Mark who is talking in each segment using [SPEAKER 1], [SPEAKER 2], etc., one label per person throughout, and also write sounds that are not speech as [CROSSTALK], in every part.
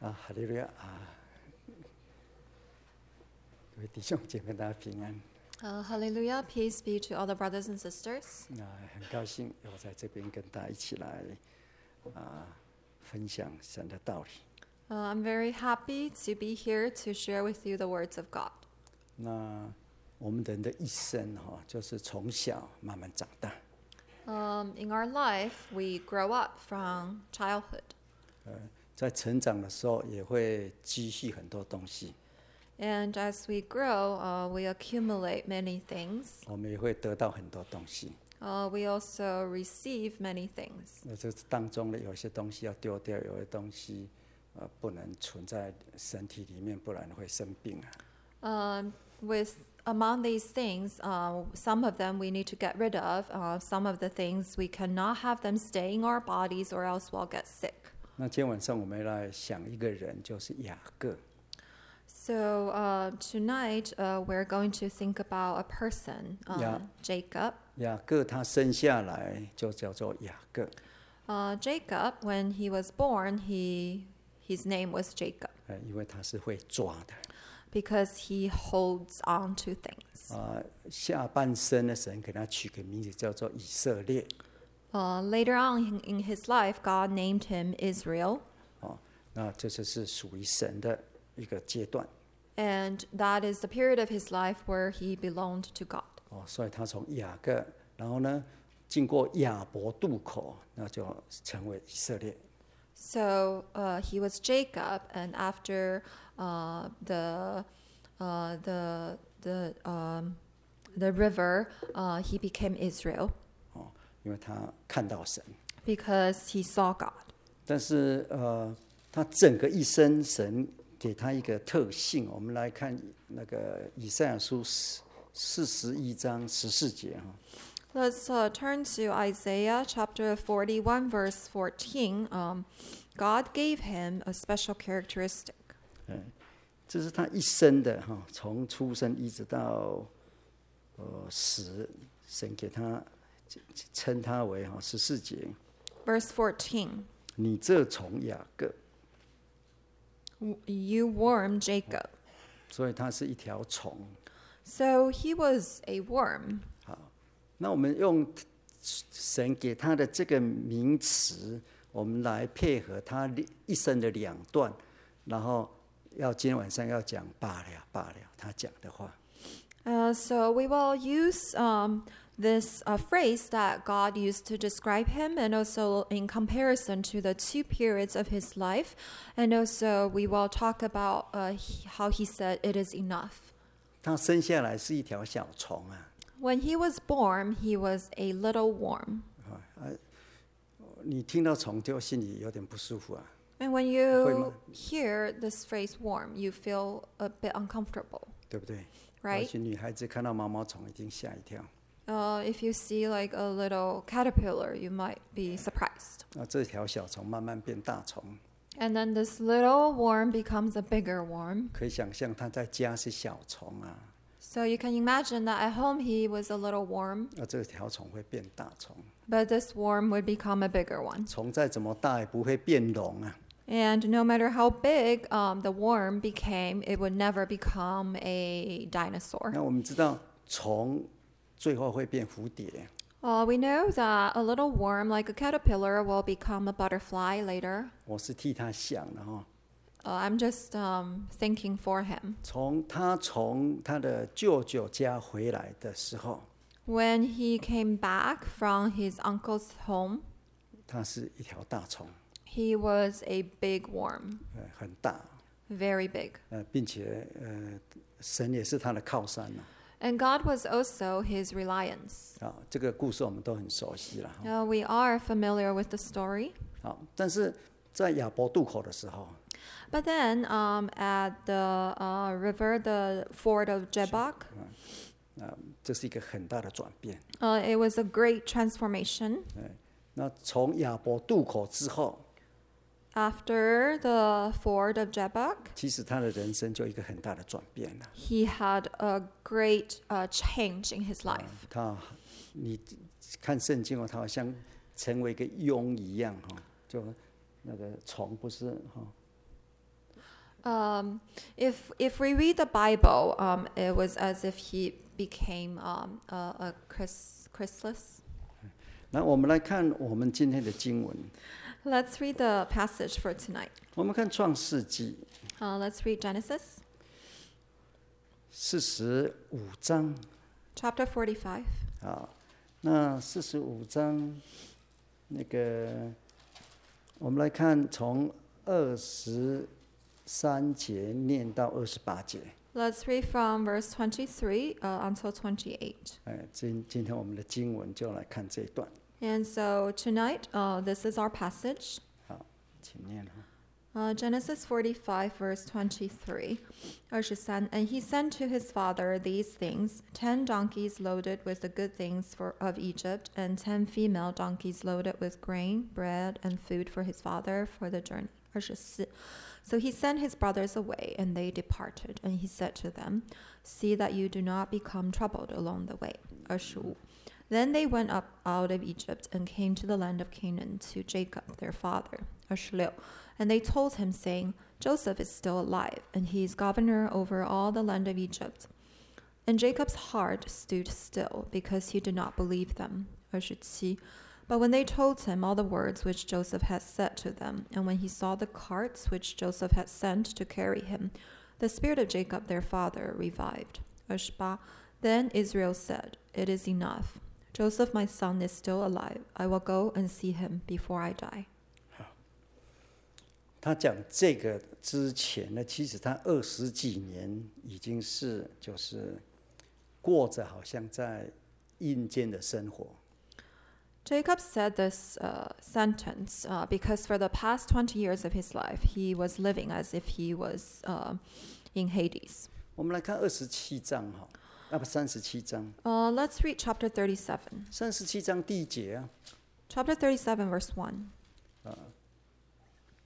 [SPEAKER 1] 哈利路亚啊！各位弟兄姐妹，大家平安。
[SPEAKER 2] Uh, hallelujah. Peace be to all the brothers and sisters.
[SPEAKER 1] 那啊很高兴我在这边跟大家一起来啊，分享神的道理。
[SPEAKER 2] Uh, I'm very happy to be here to share with you the words of God.
[SPEAKER 1] 那我们人的一生哈、就是从小慢慢长大，
[SPEAKER 2] Um, in our life, we grow up from childhood,
[SPEAKER 1] 呃，在成长的时候也会积蓄很多东西，
[SPEAKER 2] and as we grow, uh, we accumulate many things.
[SPEAKER 1] 我们也会得到很多东西。
[SPEAKER 2] Uh, we also receive many things.
[SPEAKER 1] 那这当中呢，有些东西要丢掉，有些东西呃不能存在身体里面，不然会生病啊。
[SPEAKER 2] Um, with among these things, uh, some of them we need to get rid of. Uh, some of the things we cannot have them stay in our bodies, or else we'll get sick.
[SPEAKER 1] 那今天晚上我们来想一个人，就是雅各。
[SPEAKER 2] So uh, tonight uh, we're going to think about a person, uh,
[SPEAKER 1] Yeah.
[SPEAKER 2] Jacob.
[SPEAKER 1] 雅各他生下来就叫做雅各，
[SPEAKER 2] Uh, Jacob, when he was born, he his name was Jacob
[SPEAKER 1] 呃，因为他是会抓的
[SPEAKER 2] because he holds on to things.
[SPEAKER 1] 啊、下半生呢，神给他取个名字叫做以色列
[SPEAKER 2] Uh, later on in, in his life, God named him Israel,
[SPEAKER 1] 哦。那这就是属于神的一个阶段
[SPEAKER 2] and that is the period of his life where he belonged to God.
[SPEAKER 1] 哦，所以他从雅各，然后呢，经过亚伯渡口，那就成为以色列。
[SPEAKER 2] So uh, he was Jacob, and after uh, the uh, the the um, the river, uh, he became Israel
[SPEAKER 1] 哦，因为他看到神，
[SPEAKER 2] because he saw God.
[SPEAKER 1] 但是呃，他整个一生神给他一个特性，我们来看那个以赛亚书四四十一章十四节哦哈，
[SPEAKER 2] Let's uh, turn to Isaiah chapter 41, verse 14. Um, God gave him a special characteristic.
[SPEAKER 1] 这是他一生的呃哈，从出生一直到呃死，神给他称他为哈十四节，
[SPEAKER 2] Verse 14
[SPEAKER 1] 你这从雅各，
[SPEAKER 2] "W- You worm Jacob.
[SPEAKER 1] 所以他是一条虫。
[SPEAKER 2] So he was a worm.
[SPEAKER 1] 那我们用神给他的这个名词，我们来配合他一生的两段，然后要今天晚上要讲罢了罢了，他讲的话，
[SPEAKER 2] Uh, so we will use um, this uh, phrase that God used to describe him, and also in comparison to the two periods of his life, and also we will talk about uh, he- how he said it is enough.
[SPEAKER 1] 他生下来是一条小虫啊，
[SPEAKER 2] When he was born, he was a little worm,
[SPEAKER 1] 啊你听到虫就心里有点不舒服啊。
[SPEAKER 2] and when
[SPEAKER 1] Wait,
[SPEAKER 2] you hear this phrase "worm," you feel a bit uncomfortable,
[SPEAKER 1] 对不对？而
[SPEAKER 2] right?
[SPEAKER 1] 且女孩子看到毛毛虫一定吓一跳。
[SPEAKER 2] Uh, if you see like a little caterpillar, you might be surprised.
[SPEAKER 1] 那啊这条小虫慢慢变大虫，
[SPEAKER 2] And then this little worm becomes a bigger worm.
[SPEAKER 1] 可以想象它在家是小虫啊，
[SPEAKER 2] So you can imagine that at home he was a little worm,
[SPEAKER 1] 那啊这条虫会变大虫，
[SPEAKER 2] but this worm would become a bigger one.
[SPEAKER 1] 虫再怎么大也不会变聋啊。
[SPEAKER 2] And no matter how big um, the worm became, it would never become a dinosaur.
[SPEAKER 1] 那我们知道虫最后会变蝴蝶，
[SPEAKER 2] Uh, we know that a little worm, like a caterpillar, will become a butterfly later.
[SPEAKER 1] 我是替它想的哈、
[SPEAKER 2] Uh, I'm just um, thinking for him.
[SPEAKER 1] 从他从他的舅舅家回来的时候，
[SPEAKER 2] When he came back from his uncle's home,
[SPEAKER 1] 它是一条大虫，
[SPEAKER 2] he was a big worm,
[SPEAKER 1] 呃，很大，
[SPEAKER 2] very big.
[SPEAKER 1] 呃，并且呃，神也是他的靠山呐、
[SPEAKER 2] And God was also his reliance.
[SPEAKER 1] 啊。这个故事我们都很熟悉了哈。
[SPEAKER 2] Now, Uh, we are familiar with the story.
[SPEAKER 1] 好，但是在亚伯渡口的时候，
[SPEAKER 2] But then um, at the uh, river, the ford of Jabbok,
[SPEAKER 1] 啊、这是一个很大的转变。呃
[SPEAKER 2] uh, it was a great transformation.
[SPEAKER 1] 那从亚伯渡口之后，
[SPEAKER 2] After the ford of Jabbok,
[SPEAKER 1] 其实他的人生就一个很大的转变了。
[SPEAKER 2] he had a great uh, change in his
[SPEAKER 1] 啊
[SPEAKER 2] life.
[SPEAKER 1] 他，你看圣经哦，他好像成为一个蛹一样哈、就那个虫不是哈、
[SPEAKER 2] Um, if if we read the Bible, um, it was as if he became um, a, a Chris, Christless.
[SPEAKER 1] 那我们来看我们今天的经文，
[SPEAKER 2] Let's read the passage for tonight.
[SPEAKER 1] 我们看创世纪
[SPEAKER 2] Uh, let's read Genesis
[SPEAKER 1] 四十五章
[SPEAKER 2] chapter 45.
[SPEAKER 1] 啊，那四十五章那个，我们来看从二十三节念到二十八节，
[SPEAKER 2] Let's read from verse 23 uh, until 28.
[SPEAKER 1] 哎，今今天我们的经文就来看这一段，
[SPEAKER 2] And so tonight, uh, this is our passage.
[SPEAKER 1] 好，请念哈。
[SPEAKER 2] Uh, Genesis 45, verse 23. 23. And he sent to his father these things ten donkeys loaded with the good things for, of Egypt, and ten female donkeys loaded with grain, bread, and food for his father for the journey. 24. So he sent his brothers away, and they departed. And he said to them, See that you do not become troubled along the way. 25. Then they went up out of Egypt and came to the land of Canaan to Jacob their father, Ashleo. And they told him, saying, Joseph is still alive, and he is governor over all the land of Egypt. And Jacob's heart stood still because he did not believe them. 27. But when they told him all the words which Joseph had said to them, and when he saw the carts which Joseph had sent to carry him, the spirit of Jacob their father revived. 28. Then Israel said, It is enough. Joseph, my son, is still alive. I will go and see him before I die.
[SPEAKER 1] 他讲这个之前呢，其实他二十几年已经是就是过着好像在阴间的生活。
[SPEAKER 2] Jacob said this uh, sentence uh, because for the past 20 years of his life, he was living as if he was uh, in Hades.
[SPEAKER 1] 我们来看二十七章哈，啊不，三十七章，
[SPEAKER 2] Uh, let's read chapter 37.
[SPEAKER 1] 三十七章第一节啊，
[SPEAKER 2] Chapter 37, verse 1.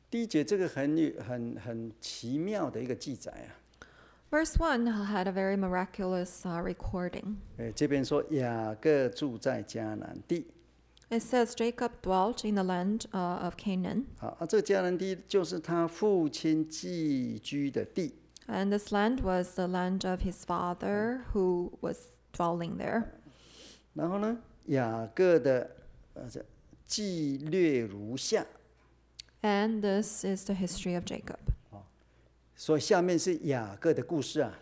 [SPEAKER 1] 第一节这个很有很很奇妙的一个记载啊。
[SPEAKER 2] Verse 1 had a very miraculous uh, recording.
[SPEAKER 1] 呃，这边说雅各住在迦南地，
[SPEAKER 2] It says Jacob dwelt in the land uh, of Canaan,
[SPEAKER 1] 好啊，这个迦南地就是他父亲寄居的地。
[SPEAKER 2] and this land was the land of his father who was dwelling there.
[SPEAKER 1] 然后呢，雅各的呃这纪略如下，
[SPEAKER 2] And this is the history of Jacob.
[SPEAKER 1] 所以下面是雅各的故事啊。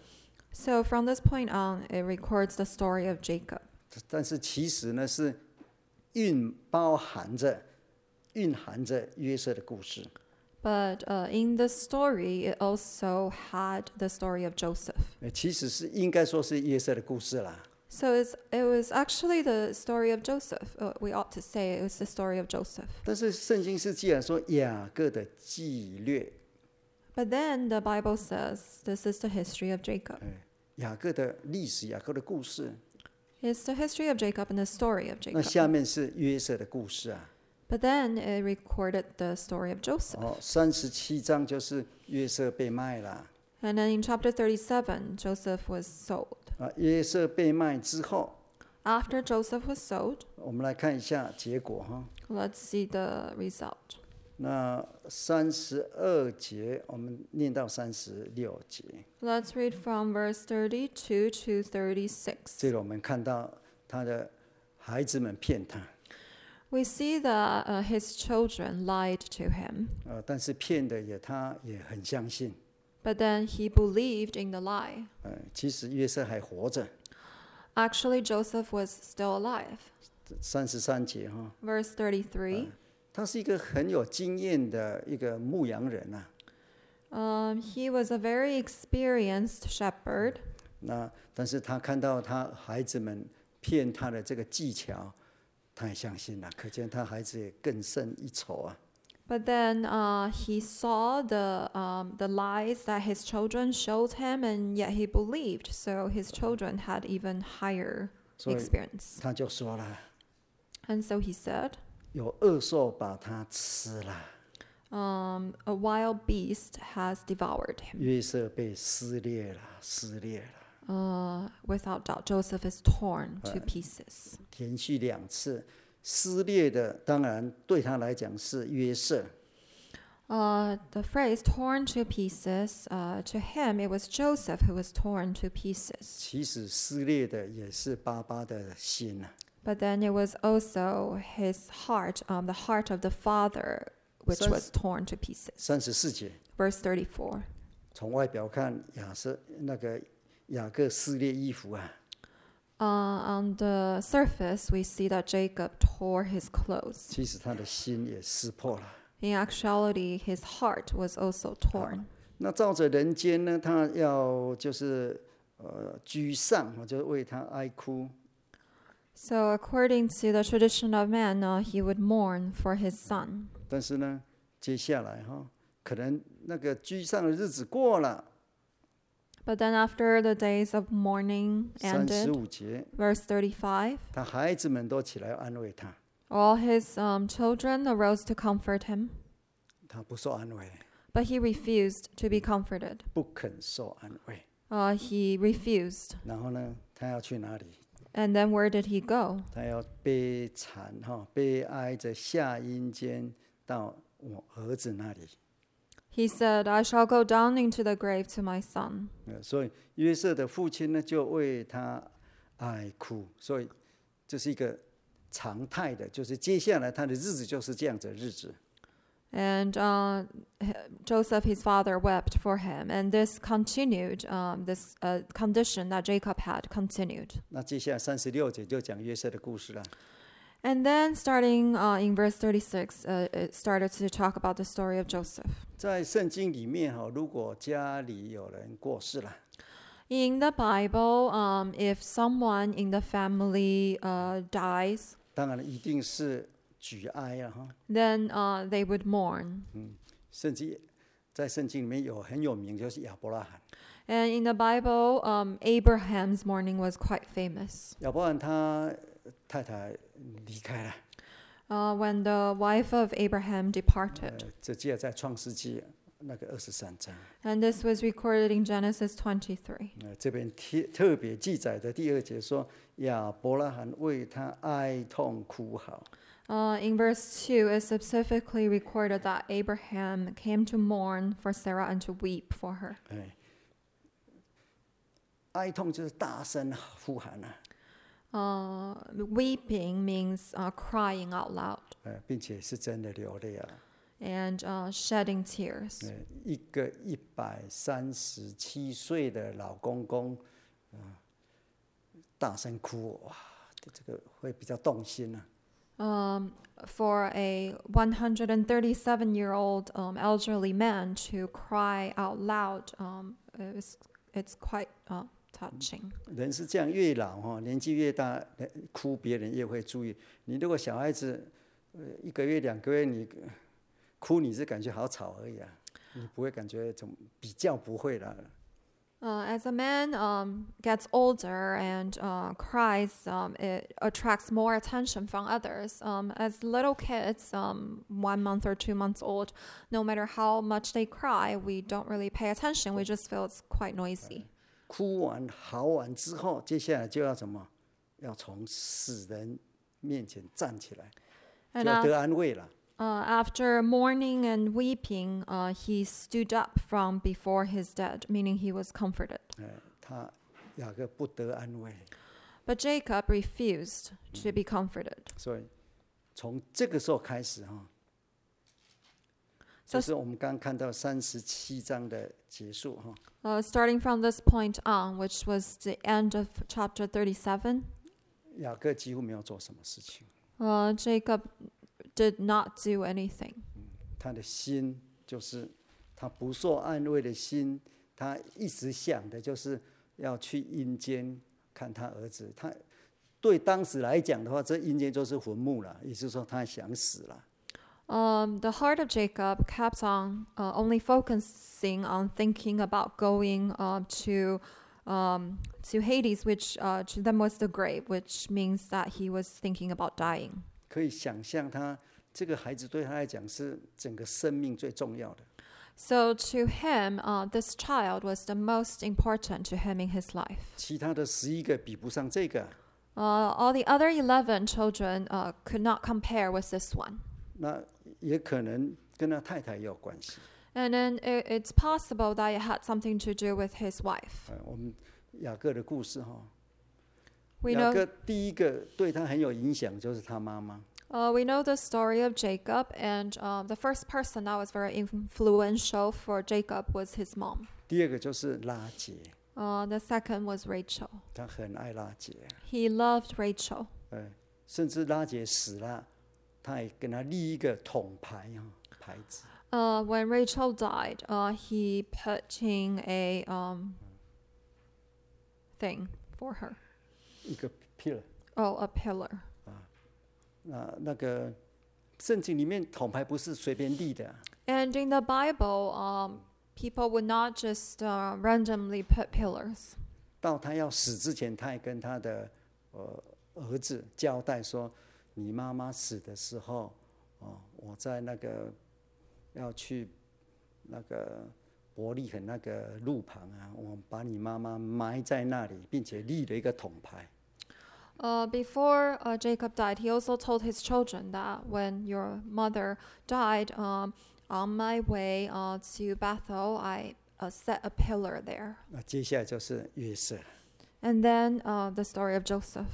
[SPEAKER 2] So from this point on, it records the story of Jacob.
[SPEAKER 1] 但是其实呢，是蕴包含着、蕴含着约瑟的故事。
[SPEAKER 2] But uh, in the story, it also had the story of Joseph.
[SPEAKER 1] 呃，其实是应该说是约瑟的故事啦。
[SPEAKER 2] So it's, it was actually the story of Joseph. Uh, we ought to say it was the story of Joseph.
[SPEAKER 1] 但是圣经是既然说雅各的纪略，
[SPEAKER 2] But then the Bible says this is the history of Jacob.
[SPEAKER 1] 呃雅各的历史、雅各的故事，
[SPEAKER 2] It's the history of Jacob and the story of
[SPEAKER 1] 那下
[SPEAKER 2] Jacob.
[SPEAKER 1] 面是约瑟的故事啊。
[SPEAKER 2] But then it recorded the story of Joseph.
[SPEAKER 1] 哦，三十七章就是约瑟被卖啦。
[SPEAKER 2] And then in chapter 37, Joseph was sold.
[SPEAKER 1] 啊，约瑟被卖之后，
[SPEAKER 2] After Joseph was sold,
[SPEAKER 1] 我们来看一下结果哈。
[SPEAKER 2] let's see the result.
[SPEAKER 1] 那三十二节，我们念到三十六节，
[SPEAKER 2] Let's read from verse 32 to 36.
[SPEAKER 1] 这个我们看到他的孩子们骗他，
[SPEAKER 2] We see that uh, his children lied to him,
[SPEAKER 1] 呃，但是骗的也他也很相信，
[SPEAKER 2] but then he believed in the lie.
[SPEAKER 1] 呃，其实约瑟还活着。
[SPEAKER 2] Actually, Joseph was still alive.
[SPEAKER 1] 三十三节哈，
[SPEAKER 2] Verse 33.
[SPEAKER 1] 他是一个很有经验的一个牧羊人啊呐、
[SPEAKER 2] Um, he was a very experienced shepherd,
[SPEAKER 1] 那但是他看到他孩子们骗他的这个技巧，他也相信了，可见他孩子也更胜一筹啊。
[SPEAKER 2] but then uh, he saw the um, the lies that his children showed him, and yet he believed. So his children had even higher
[SPEAKER 1] 所以
[SPEAKER 2] experience,
[SPEAKER 1] 他就说了，
[SPEAKER 2] and so he said.
[SPEAKER 1] 有恶兽把他吃了，
[SPEAKER 2] um, a wild beast has devoured him.
[SPEAKER 1] 约瑟被撕裂了，撕裂了，
[SPEAKER 2] Uh, without doubt, Joseph is torn to pieces.
[SPEAKER 1] 连续两次撕裂的，当然对他来讲是约瑟，
[SPEAKER 2] uh, the phrase torn to pieces, uh, to him, it was Joseph who was torn to pieces.
[SPEAKER 1] 其实撕裂的也是巴巴的心啊呐、
[SPEAKER 2] But then it was also his heart, um, the heart of the Father, which
[SPEAKER 1] So-
[SPEAKER 2] was torn to pieces.
[SPEAKER 1] 三十四节，
[SPEAKER 2] Verse 34.
[SPEAKER 1] 从外表看，亚瑟那个雅各撕裂衣服啊，
[SPEAKER 2] Uh, on the surface, we see that Jacob tore his clothes.
[SPEAKER 1] 其实他的心也撕破了。
[SPEAKER 2] In actuality, his heart was also torn.
[SPEAKER 1] 那照着人间呢，他要就是呃沮丧，我就为他哀哭。
[SPEAKER 2] So, according to the tradition of man, uh, he would mourn for his son.
[SPEAKER 1] 但是呢，接下来哈、可能那个沮丧的日子过了，
[SPEAKER 2] But then, after the days of mourning
[SPEAKER 1] 三十
[SPEAKER 2] ended,
[SPEAKER 1] 五节，
[SPEAKER 2] verse 35,
[SPEAKER 1] 他孩子们都起来安慰他，
[SPEAKER 2] all his um, children arose to comfort him,
[SPEAKER 1] 他不受安慰，
[SPEAKER 2] but he refused to be comforted.
[SPEAKER 1] 不肯受安慰。
[SPEAKER 2] Uh, he refused.
[SPEAKER 1] 然后呢，他要去哪里？
[SPEAKER 2] And then, where did he go?
[SPEAKER 1] 他要悲惨哈、悲哀着下阴间到我儿子那里。
[SPEAKER 2] He said, I shall go down into the grave to my son.
[SPEAKER 1] 呃，所以约瑟的父亲呢，就为他哀哭，所以这是一个常态的，就是接下来他的日子就是这样子的日子。
[SPEAKER 2] And uh, h- Joseph, his father, wept for him. And this continued, um, this uh, condition that Jacob had continued.
[SPEAKER 1] 那接下来三十六节就讲约瑟的故事了。
[SPEAKER 2] And then, starting uh, in verse 36, uh, it started to talk about the story of Joseph.
[SPEAKER 1] 在圣经里面哈、如果家里有人过世了，
[SPEAKER 2] In the Bible, um, if someone in the family uh, dies,
[SPEAKER 1] 当然一定是举哀了哈。
[SPEAKER 2] then uh, they would mourn.
[SPEAKER 1] 甚至在圣经里面有很有名，就是亚伯拉罕。
[SPEAKER 2] And in the Bible, um, Abraham's mourning was quite famous.
[SPEAKER 1] 亚伯拉罕他太太离开了，
[SPEAKER 2] Uh, when the wife of Abraham departed,
[SPEAKER 1] 呃，这记得在创世纪那个二十三章。
[SPEAKER 2] and this was recorded in Genesis 23.
[SPEAKER 1] 呃，这边特特别记载的第二节说，亚伯拉罕为他哀痛哭嚎。
[SPEAKER 2] Uh, in verse 2, it specifically recorded that Abraham came to mourn for Sarah and to weep for her.
[SPEAKER 1] 哎，哀痛就是大声呼喊啊，
[SPEAKER 2] Uh, weeping means uh, crying out loud
[SPEAKER 1] 呃，并且是真的流泪啊。
[SPEAKER 2] and uh, shedding tears.
[SPEAKER 1] 呃，一个一百三十七岁的老公公，啊、大声哭，哇，这个会比较动心啊。
[SPEAKER 2] Um, for a 137 year old um, elderly man to cry out loud, um, it's, it's quite uh, touching.
[SPEAKER 1] 人是这样，越老哈、哦，年纪越大，呃哭别人越会注意。你如果小孩子，呃，一个月、两个月，你呃哭你是感觉好吵而已啊，你不会感觉怎么比较不会啦。
[SPEAKER 2] Uh, as a man um, gets older and uh, cries, um, it attracts more attention from others. Um, as little kids, um, one month or two months old, no matter how much they cry, we don't really pay attention. We just feel it's quite noisy.
[SPEAKER 1] 哭完、嚎完之后，接下来就要怎么？要从死人面前站起来，就
[SPEAKER 2] And
[SPEAKER 1] 要
[SPEAKER 2] af-
[SPEAKER 1] 得安慰了。
[SPEAKER 2] uh, after mourning and weeping, uh, he stood up from before his dead, meaning he was comforted.
[SPEAKER 1] 哎，他雅各不得安慰，
[SPEAKER 2] But Jacob refused to be comforted.
[SPEAKER 1] 所以从这个时候开始哈，
[SPEAKER 2] So
[SPEAKER 1] 就是我们刚看到三十七章的结束哈。
[SPEAKER 2] Uh, starting from this point on, which was the end of chapter 37,
[SPEAKER 1] 雅各几乎没有做什么事情，
[SPEAKER 2] uh, Jacob did not do anything.
[SPEAKER 1] 他的心就是他不受安慰的心，他一直想的就是要去阴间看他儿子。他对当时来讲的话，这阴间就是坟墓了，也就是说他想死了。
[SPEAKER 2] Um, the heart of Jacob kept on uh, only focusing on thinking about going uh, to um, to Hades, which uh, to them was the grave, which means that he was thinking about dying.
[SPEAKER 1] 可以想象他，这个孩子对他来讲是整个生命最重要的。
[SPEAKER 2] So to him, uh, this child was the most important to him in his life.
[SPEAKER 1] 其他的十一个比不上这个。
[SPEAKER 2] Uh, all the other 11 children uh, could not compare with this one.
[SPEAKER 1] 那也可能跟他太太也有关系。
[SPEAKER 2] And then it, it's possible that it had something to do with his wife.
[SPEAKER 1] 呃，我们雅各的故事哈，
[SPEAKER 2] We
[SPEAKER 1] 雅
[SPEAKER 2] know,
[SPEAKER 1] 各第一个对他很有影响就是他妈妈，
[SPEAKER 2] uh, we know the story of Jacob, and um, the first person that was very influential for Jacob was his mom.
[SPEAKER 1] 第二个就是拉杰，
[SPEAKER 2] Uh, the second was Rachel.
[SPEAKER 1] 他很爱拉杰，
[SPEAKER 2] He loved Rachel.
[SPEAKER 1] 呃，甚至拉杰死了，他也跟他立一个统牌哈牌子，
[SPEAKER 2] Uh, when Rachel died, uh, he put in a um, thing for her.
[SPEAKER 1] 一个 pillar。
[SPEAKER 2] Oh, a pillar.
[SPEAKER 1] 那那个圣经里面统牌不是随便立的啊，
[SPEAKER 2] And in the Bible, um, people would not just uh, randomly put pillars.
[SPEAKER 1] 到他要死之前，他也跟他的呃儿子交代说：“你妈妈死的时候，哦，我在那个要去那个伯利恒那个路旁啊，我把你妈妈埋在那里，并且立了一个铜牌。
[SPEAKER 2] Uh, before uh, Jacob died, he also told his children that when your mother died, um, on my way uh, to Bethel, I uh, set a pillar there.
[SPEAKER 1] 那接下来就是约瑟，
[SPEAKER 2] And then uh, the story of Joseph.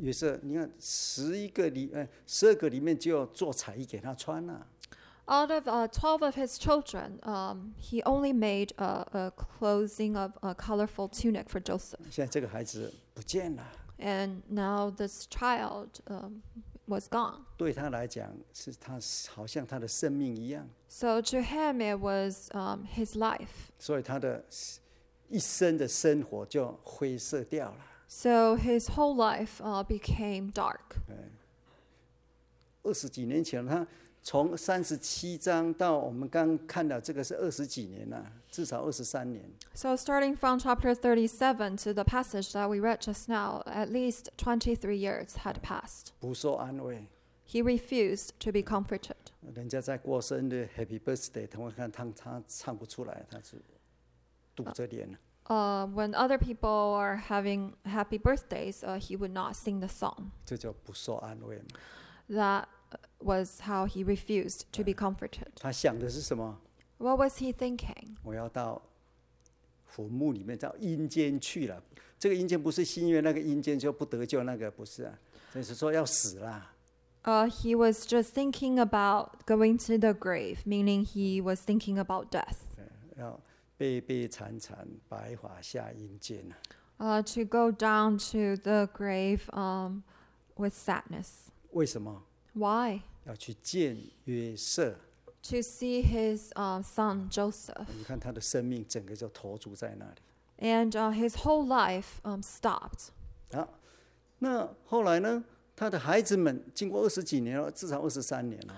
[SPEAKER 1] 约瑟，你看十一个里，呃，十二个里面就要做彩衣给他穿了、
[SPEAKER 2] Out of uh, 12 of his children, um, he only made a, a clothing of a colorful tunic for Joseph.
[SPEAKER 1] 现在这个孩子不见了，
[SPEAKER 2] And now this child um, was gone.
[SPEAKER 1] 对他来讲是他好像他的生命一样。
[SPEAKER 2] So to him, it was um, his life.
[SPEAKER 1] 所以他的一生的生活就灰色掉了。
[SPEAKER 2] So his whole life uh, became dark.
[SPEAKER 1] 哎二十几年前，他从三十七章到我们刚看到这个是二十几年了、至少二十三年。
[SPEAKER 2] So starting from chapter 37 to the passage that we read just now, at least 23 years had passed.
[SPEAKER 1] 不受安慰，
[SPEAKER 2] He refused to be comforted.
[SPEAKER 1] 人家在过生日，Happy Birthday，他会看他他唱不出来，他是堵着脸了。
[SPEAKER 2] uh, when other people are having happy birthdays, uh, he would not sing the song.
[SPEAKER 1] 这叫不受安慰嘛。
[SPEAKER 2] That uh, was how he refused to be comforted.
[SPEAKER 1] 他想的是什么？
[SPEAKER 2] What was he thinking?
[SPEAKER 1] 我要到坟墓里面，到阴间去了。这个阴间不是新约那个阴间，就不得救那个，不是啊，就是说要死啦。
[SPEAKER 2] Uh, he was just thinking about going to the grave, meaning he was thinking about death,
[SPEAKER 1] 要悲悲惨惨，白发下阴间啊！
[SPEAKER 2] uh, to go down to the grave um, with sadness.
[SPEAKER 1] 为什么
[SPEAKER 2] Why?
[SPEAKER 1] 要去见约瑟？
[SPEAKER 2] To see his uh, son Joseph.
[SPEAKER 1] 你看他的生命整个就投注在那里。
[SPEAKER 2] And uh, his whole life um, stopped.
[SPEAKER 1] 好，那后来呢？他的孩子们经过二十几年了，至少二十三年了，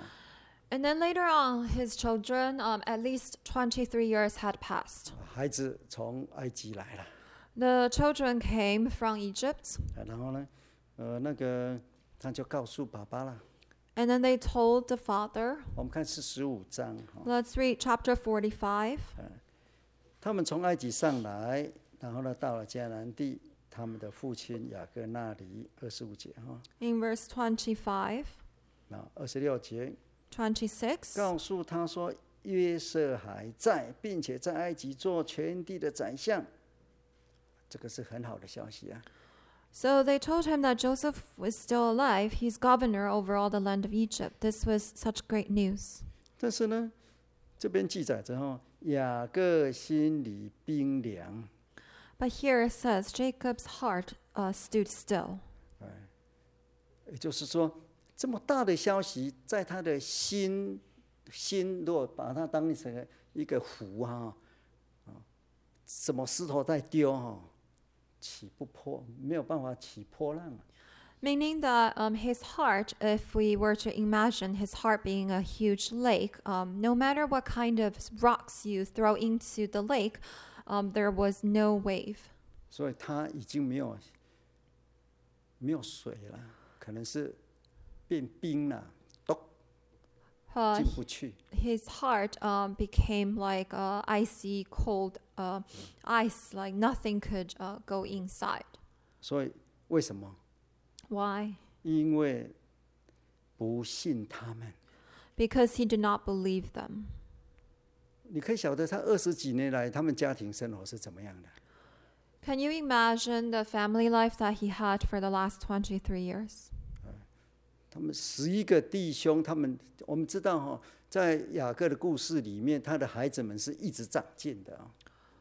[SPEAKER 2] And then later on, his children, um, at least 23 years had passed.
[SPEAKER 1] 孩子从埃及来了，
[SPEAKER 2] The children came from Egypt,
[SPEAKER 1] 呃然后呢，呃，那个他就告诉爸爸了。
[SPEAKER 2] and then they told the father.
[SPEAKER 1] 我们看是十五章哈，
[SPEAKER 2] Let's read chapter 45.
[SPEAKER 1] 他们从埃及上来，然后呢到了迦南地，他们的父亲雅各那里，二十五节哈，
[SPEAKER 2] In verse 25,
[SPEAKER 1] 那二十六节
[SPEAKER 2] 26,
[SPEAKER 1] 告诉他说，约瑟还在，并且在埃及做全地的宰相，这个是很好的消息啊。
[SPEAKER 2] So they told him that Joseph was still alive. He's governor over all the land of Egypt. This was such great news.
[SPEAKER 1] 但是呢，这边记载着哈，雅各心里冰凉，
[SPEAKER 2] But here it says Jacob's heart uh, stood still.
[SPEAKER 1] 也就是说，这么大的消息，在他的心心，如果把它当成一个湖啊，啊，什么石头在丢哈，起不破，没有办法起波浪啊。
[SPEAKER 2] Meaning that um, his heart, if we were to imagine his heart being a huge lake, um, no matter what kind of rocks you throw into the lake, um, there was no wave.
[SPEAKER 1] 所以他已经没有没有水了，可能是变冰了，都
[SPEAKER 2] Uh,
[SPEAKER 1] 进不去。
[SPEAKER 2] his heart um, became like uh, icy, cold uh, ice, like nothing could uh, go inside.
[SPEAKER 1] 所以为什么？
[SPEAKER 2] Why?
[SPEAKER 1] 因为不信他们。
[SPEAKER 2] because he did not believe them.
[SPEAKER 1] 你可以晓得他二十几年来他们家庭生活是怎么样的。
[SPEAKER 2] Can you imagine the family life that he had for the last 23 years?
[SPEAKER 1] 他们十一个弟兄，他们我们知道哈、哦，在雅各的故事里面，他的孩子们是一直长进的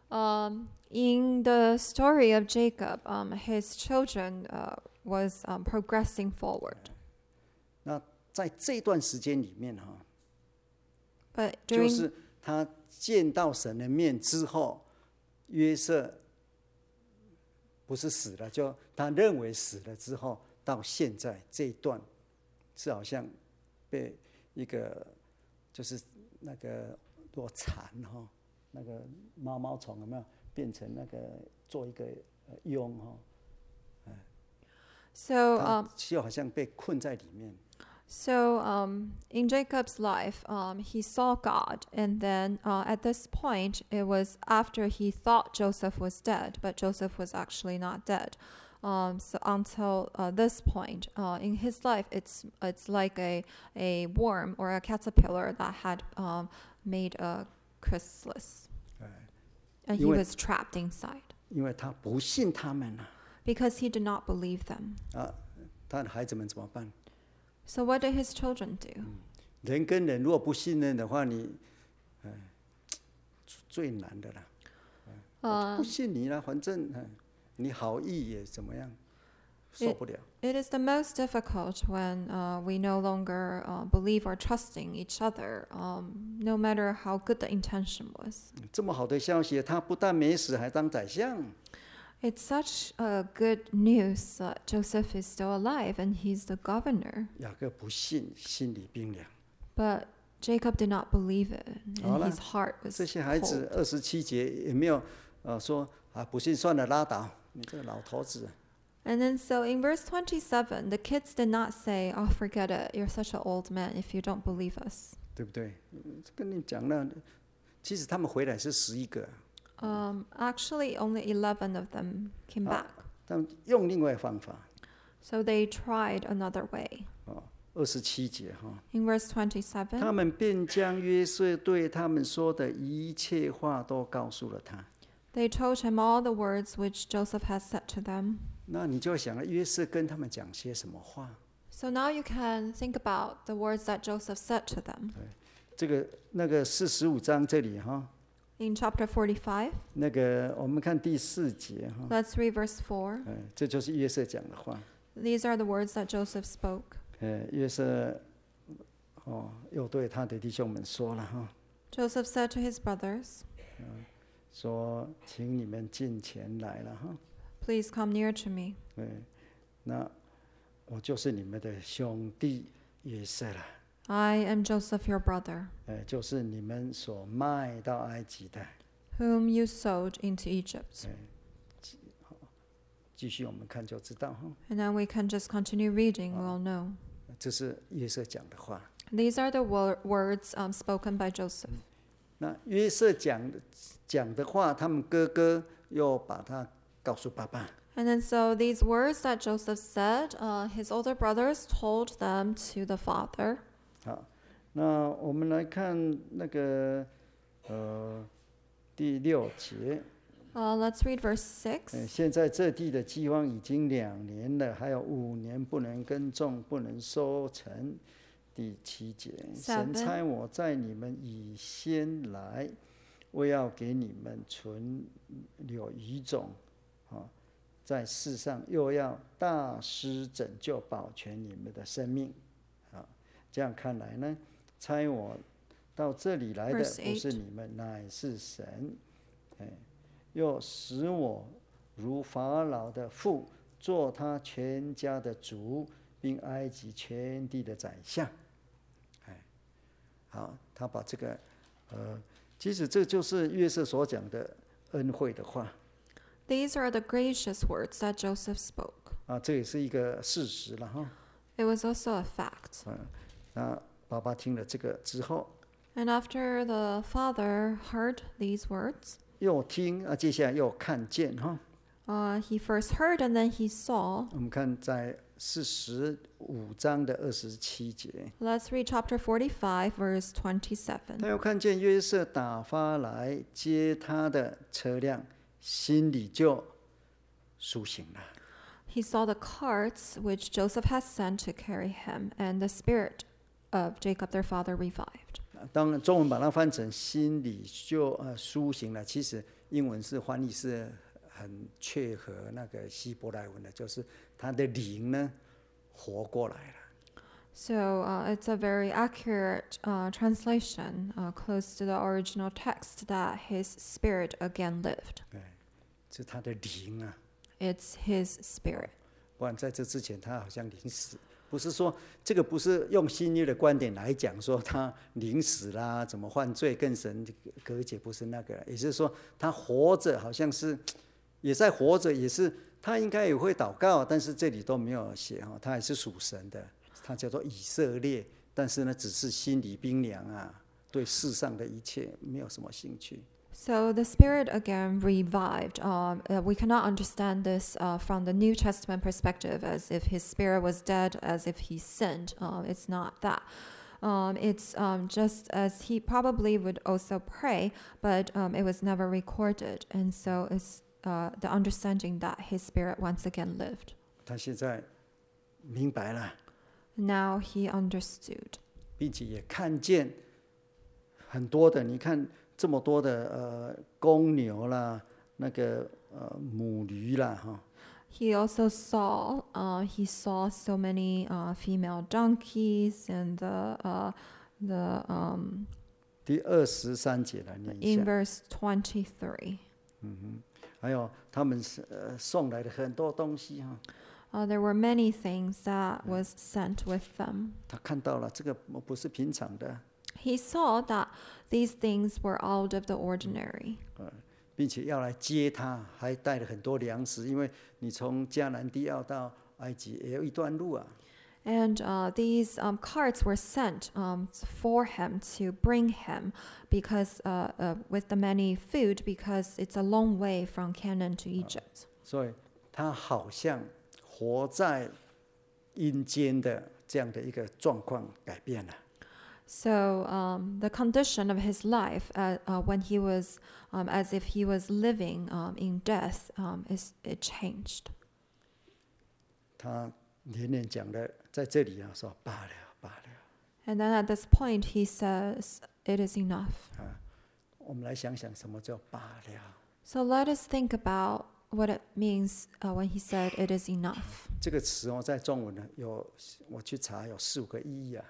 [SPEAKER 1] 啊、
[SPEAKER 2] Um, in the story of Jacob, um, his children uh, was um, progressing forward.
[SPEAKER 1] 那在这段时间里面哈、
[SPEAKER 2] But
[SPEAKER 1] 就
[SPEAKER 2] during
[SPEAKER 1] 是他见到神的面之后，约瑟不是死了，就他认为死了之后，到现在这一段是好像被一个就是那个落蚕哈、那个毛毛虫有没有变成那个做一个呃蛹哈、
[SPEAKER 2] so
[SPEAKER 1] 他
[SPEAKER 2] um,
[SPEAKER 1] 就好像被困在里面。
[SPEAKER 2] so um, in Jacob's life, um, he saw God, and then uh, at this point, it was after he thought Joseph was dead, but Joseph was actually not dead. Um, so until uh, this point uh, in his life, it's it's like a a worm or a caterpillar that had um, made a chrysalis. And he
[SPEAKER 1] You went-
[SPEAKER 2] was trapped inside
[SPEAKER 1] 因为他不信他们啊，
[SPEAKER 2] because he did not believe them.
[SPEAKER 1] 啊，他的孩子们怎么办？
[SPEAKER 2] So, what did his children do?
[SPEAKER 1] 人跟人如果不信任的话，你，哎，最难的啦。
[SPEAKER 2] 哦 Um,
[SPEAKER 1] 我不信你啦，反正哎你好意也怎么样，受不了。
[SPEAKER 2] It is the most difficult when uh, we no longer uh, believe or trust in each other, um, no matter how good the intention was.
[SPEAKER 1] 这么好的消息，他不但没死，还当宰相。
[SPEAKER 2] It's such uh, good news that Joseph is still alive and he's the governor.
[SPEAKER 1] 雅各不信，心里冰凉。
[SPEAKER 2] But Jacob did not believe it,
[SPEAKER 1] All
[SPEAKER 2] and
[SPEAKER 1] right.
[SPEAKER 2] his heart was
[SPEAKER 1] 这些孩
[SPEAKER 2] cold.
[SPEAKER 1] 子二十七节也没有，呃，说啊不信算了，拉倒，你这个老头子。
[SPEAKER 2] And then, so in verse 27, the kids did not say, Oh, forget it, you're such an old man if you don't believe us.
[SPEAKER 1] 对不对？嗯跟你讲了，其实他们回来是十一个，
[SPEAKER 2] Um, actually, only 11 of them came
[SPEAKER 1] Ah.
[SPEAKER 2] back.
[SPEAKER 1] 但用另外方法
[SPEAKER 2] So they tried another way.
[SPEAKER 1] 哦，二十七节哈、
[SPEAKER 2] In verse
[SPEAKER 1] 他
[SPEAKER 2] 27,
[SPEAKER 1] 们便将约瑟对他们说的一切话都告诉了他。
[SPEAKER 2] they told him all the words which Joseph had said to them.
[SPEAKER 1] 那你就想了，约瑟跟他们讲些什么话？
[SPEAKER 2] So now you can think about the words that Joseph said to them.
[SPEAKER 1] 这个那个四十五章这里哈、
[SPEAKER 2] In chapter 45,
[SPEAKER 1] 那个我们看第四节哈、
[SPEAKER 2] let's read verse 4.
[SPEAKER 1] 哎，这就是约瑟讲的话。
[SPEAKER 2] These are the words that Joseph spoke.
[SPEAKER 1] 呃，约瑟哦，又对他的弟兄们说了哈、
[SPEAKER 2] Joseph said to his brothers,
[SPEAKER 1] 说，请你们进前来了哈、
[SPEAKER 2] Please come near to me.
[SPEAKER 1] 对，那我就是你们的兄弟约瑟了，
[SPEAKER 2] I am Joseph, your brother,
[SPEAKER 1] 哎，就是你们所卖到埃及的。哎
[SPEAKER 2] whom you sold into Egypt.
[SPEAKER 1] 继续我们看就知道哈，
[SPEAKER 2] And then we can just continue reading, we'll know.
[SPEAKER 1] 这是约瑟讲的话。
[SPEAKER 2] These are the wor- words um, spoken by Joseph.
[SPEAKER 1] 那约瑟讲的讲的话，他们哥哥又把他告诉爸爸，
[SPEAKER 2] And then, so these words that Joseph said, uh, his older brothers told them to the father.
[SPEAKER 1] 好，那我们来看那个呃第六节，
[SPEAKER 2] Uh, let's read verse 6.
[SPEAKER 1] 呃，现在这地的饥荒已经两年了，还有五年不能耕种，不能收成。第七节，神
[SPEAKER 2] Seven
[SPEAKER 1] 差我在你们以先来，我要给你们存有余种，啊，在世上又要大施拯救，保全你们的生命，啊，这样看来呢，差我到这里来的
[SPEAKER 2] Verse
[SPEAKER 1] 不是
[SPEAKER 2] eight
[SPEAKER 1] 你们，乃是神，哎，又使我如法老的父，做他全家的主，并埃及全地的宰相。哎，好，他把这个，呃，其实这就是约瑟所讲的恩惠的话
[SPEAKER 2] These are the gracious words that Joseph spoke.
[SPEAKER 1] 啊，这也是一个事实了哈。啊
[SPEAKER 2] It was also a fact.
[SPEAKER 1] 那爸爸听了这个之后，
[SPEAKER 2] And after the father heard these words,
[SPEAKER 1] 又听啊，接下来又看见哈。
[SPEAKER 2] uh, he first heard and then he saw.
[SPEAKER 1] 我们看在是十五章的二十七节。
[SPEAKER 2] Let's read chapter 45, verse
[SPEAKER 1] 他
[SPEAKER 2] 27.
[SPEAKER 1] 又看见约瑟打发来接他的车辆，心里就苏醒了。
[SPEAKER 2] He saw the carts which Joseph had sent to carry him, and the spirit of Jacob their father revived.
[SPEAKER 1] 当然，中文把它翻成“心里就呃苏醒了”，其实英文是翻译是很切合那个希伯来文的，就是他的灵呢活过来了。
[SPEAKER 2] So uh, it's a very accurate uh, translation, uh, close to the original text, that his spirit again lived.
[SPEAKER 1] 哎是他的灵啊。
[SPEAKER 2] It's his spirit.
[SPEAKER 1] 不然在这之前，他好像临死，不是说这个不是用新约的观点来讲说他临死啦，怎么犯罪跟神隔绝，不是那个，也是说他活着，好像是也在活着，也是他应该也会祷告，但是这里都没有写哈，他还是属神的，他叫做以色列，但是呢，只是心里冰凉啊，对世上的一切没有什么兴趣。
[SPEAKER 2] So the spirit again revived. Um, uh, we cannot understand this uh, from the New Testament perspective, as if his spirit was dead, as if he sinned. Um, it's not that. Um, it's um, just as he probably would also pray, but um, it was never recorded, and so it's uh, the understanding that his spirit once again lived.
[SPEAKER 1] 他现在明白了。
[SPEAKER 2] Now he understood.
[SPEAKER 1] 并且也看见很多的，你看这么多的呃公牛啦，那个呃母驴啦，哈，
[SPEAKER 2] He also saw uh, he saw so many uh, female donkeys and the uh, the um,
[SPEAKER 1] 第二十三节来念一
[SPEAKER 2] in
[SPEAKER 1] 下，
[SPEAKER 2] verse twenty three.
[SPEAKER 1] 还有他们是呃送来的很多东西哈，
[SPEAKER 2] Uh, there were many things that was sent with them.
[SPEAKER 1] 他看到了这个不是平常的，
[SPEAKER 2] He saw that these things were out of the ordinary.
[SPEAKER 1] 呃并且要来接他，还带了很多粮食，因为你从迦南地要到埃及也有一段路啊，
[SPEAKER 2] And uh, these um, carts were sent um, for him to bring him because uh, uh, with the many food because it's a long way from Canaan to Egypt.
[SPEAKER 1] 所以他好像活在阴间的这样的一个状况改变了。
[SPEAKER 2] So um, the condition of his life, uh, uh, when he was um, as if he was living um, in death, um, is it changed.
[SPEAKER 1] 他连连讲的在这里啊，说罢了罢了。
[SPEAKER 2] And then at this point, he says, "It is enough."
[SPEAKER 1] 我们来想想什么叫罢了。
[SPEAKER 2] So let us think about what it means uh, when he said, "It is enough."
[SPEAKER 1] 这个词哦，在中文呢有，我去查有四五个意义啊。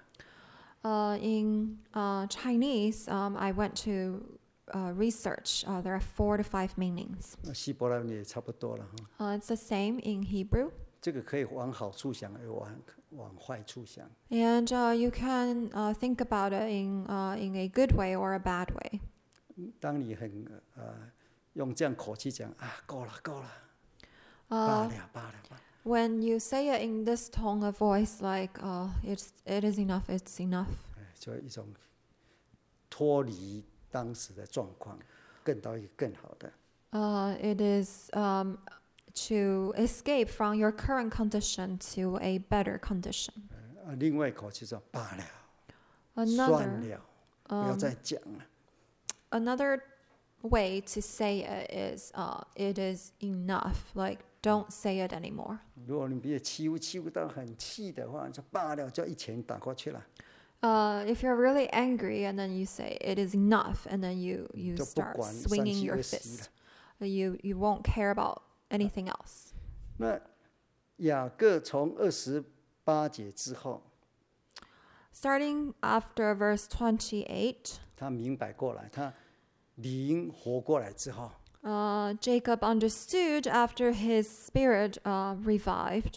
[SPEAKER 2] Uh, in uh, Chinese, um, I went to uh, research. Uh, there are four to five meanings.
[SPEAKER 1] 那希伯来文也差不多了哈。
[SPEAKER 2] Uh, it's the same in Hebrew.
[SPEAKER 1] 这个可以往好处想，也往往坏处想。
[SPEAKER 2] And uh, you can uh, think about it in, uh, in a good way or a bad way.
[SPEAKER 1] 当你很呃用这样口气讲啊，够了够了，罢
[SPEAKER 2] Uh,
[SPEAKER 1] 了罢了罢了。
[SPEAKER 2] when you say it in this tone of voice, like uh, it's, it is enough, it's enough,
[SPEAKER 1] 哎，就一种脱离当时的状况，更到一个更好的。
[SPEAKER 2] uh, it is um, to escape from your current condition to a better condition.
[SPEAKER 1] 啊，另外一口气说罢了，算
[SPEAKER 2] Another,
[SPEAKER 1] 了，不要再讲了。
[SPEAKER 2] another way to say it is uh, it is enough, like don't say it anymore.
[SPEAKER 1] 如果你别欺负欺负到很气的话，就罢了，就一拳打过去了，
[SPEAKER 2] Uh, if you're really angry and then you say it is enough and then you you
[SPEAKER 1] 就不
[SPEAKER 2] start
[SPEAKER 1] 管三
[SPEAKER 2] swinging
[SPEAKER 1] 七
[SPEAKER 2] your
[SPEAKER 1] 二十一了
[SPEAKER 2] fist,。you uh, you won't care about anything else.
[SPEAKER 1] 那雅各从二十八节之后，
[SPEAKER 2] Starting after verse 28,
[SPEAKER 1] 他明白过来，他灵活过来之后，
[SPEAKER 2] uh, Jacob understood after his spirit uh, revived.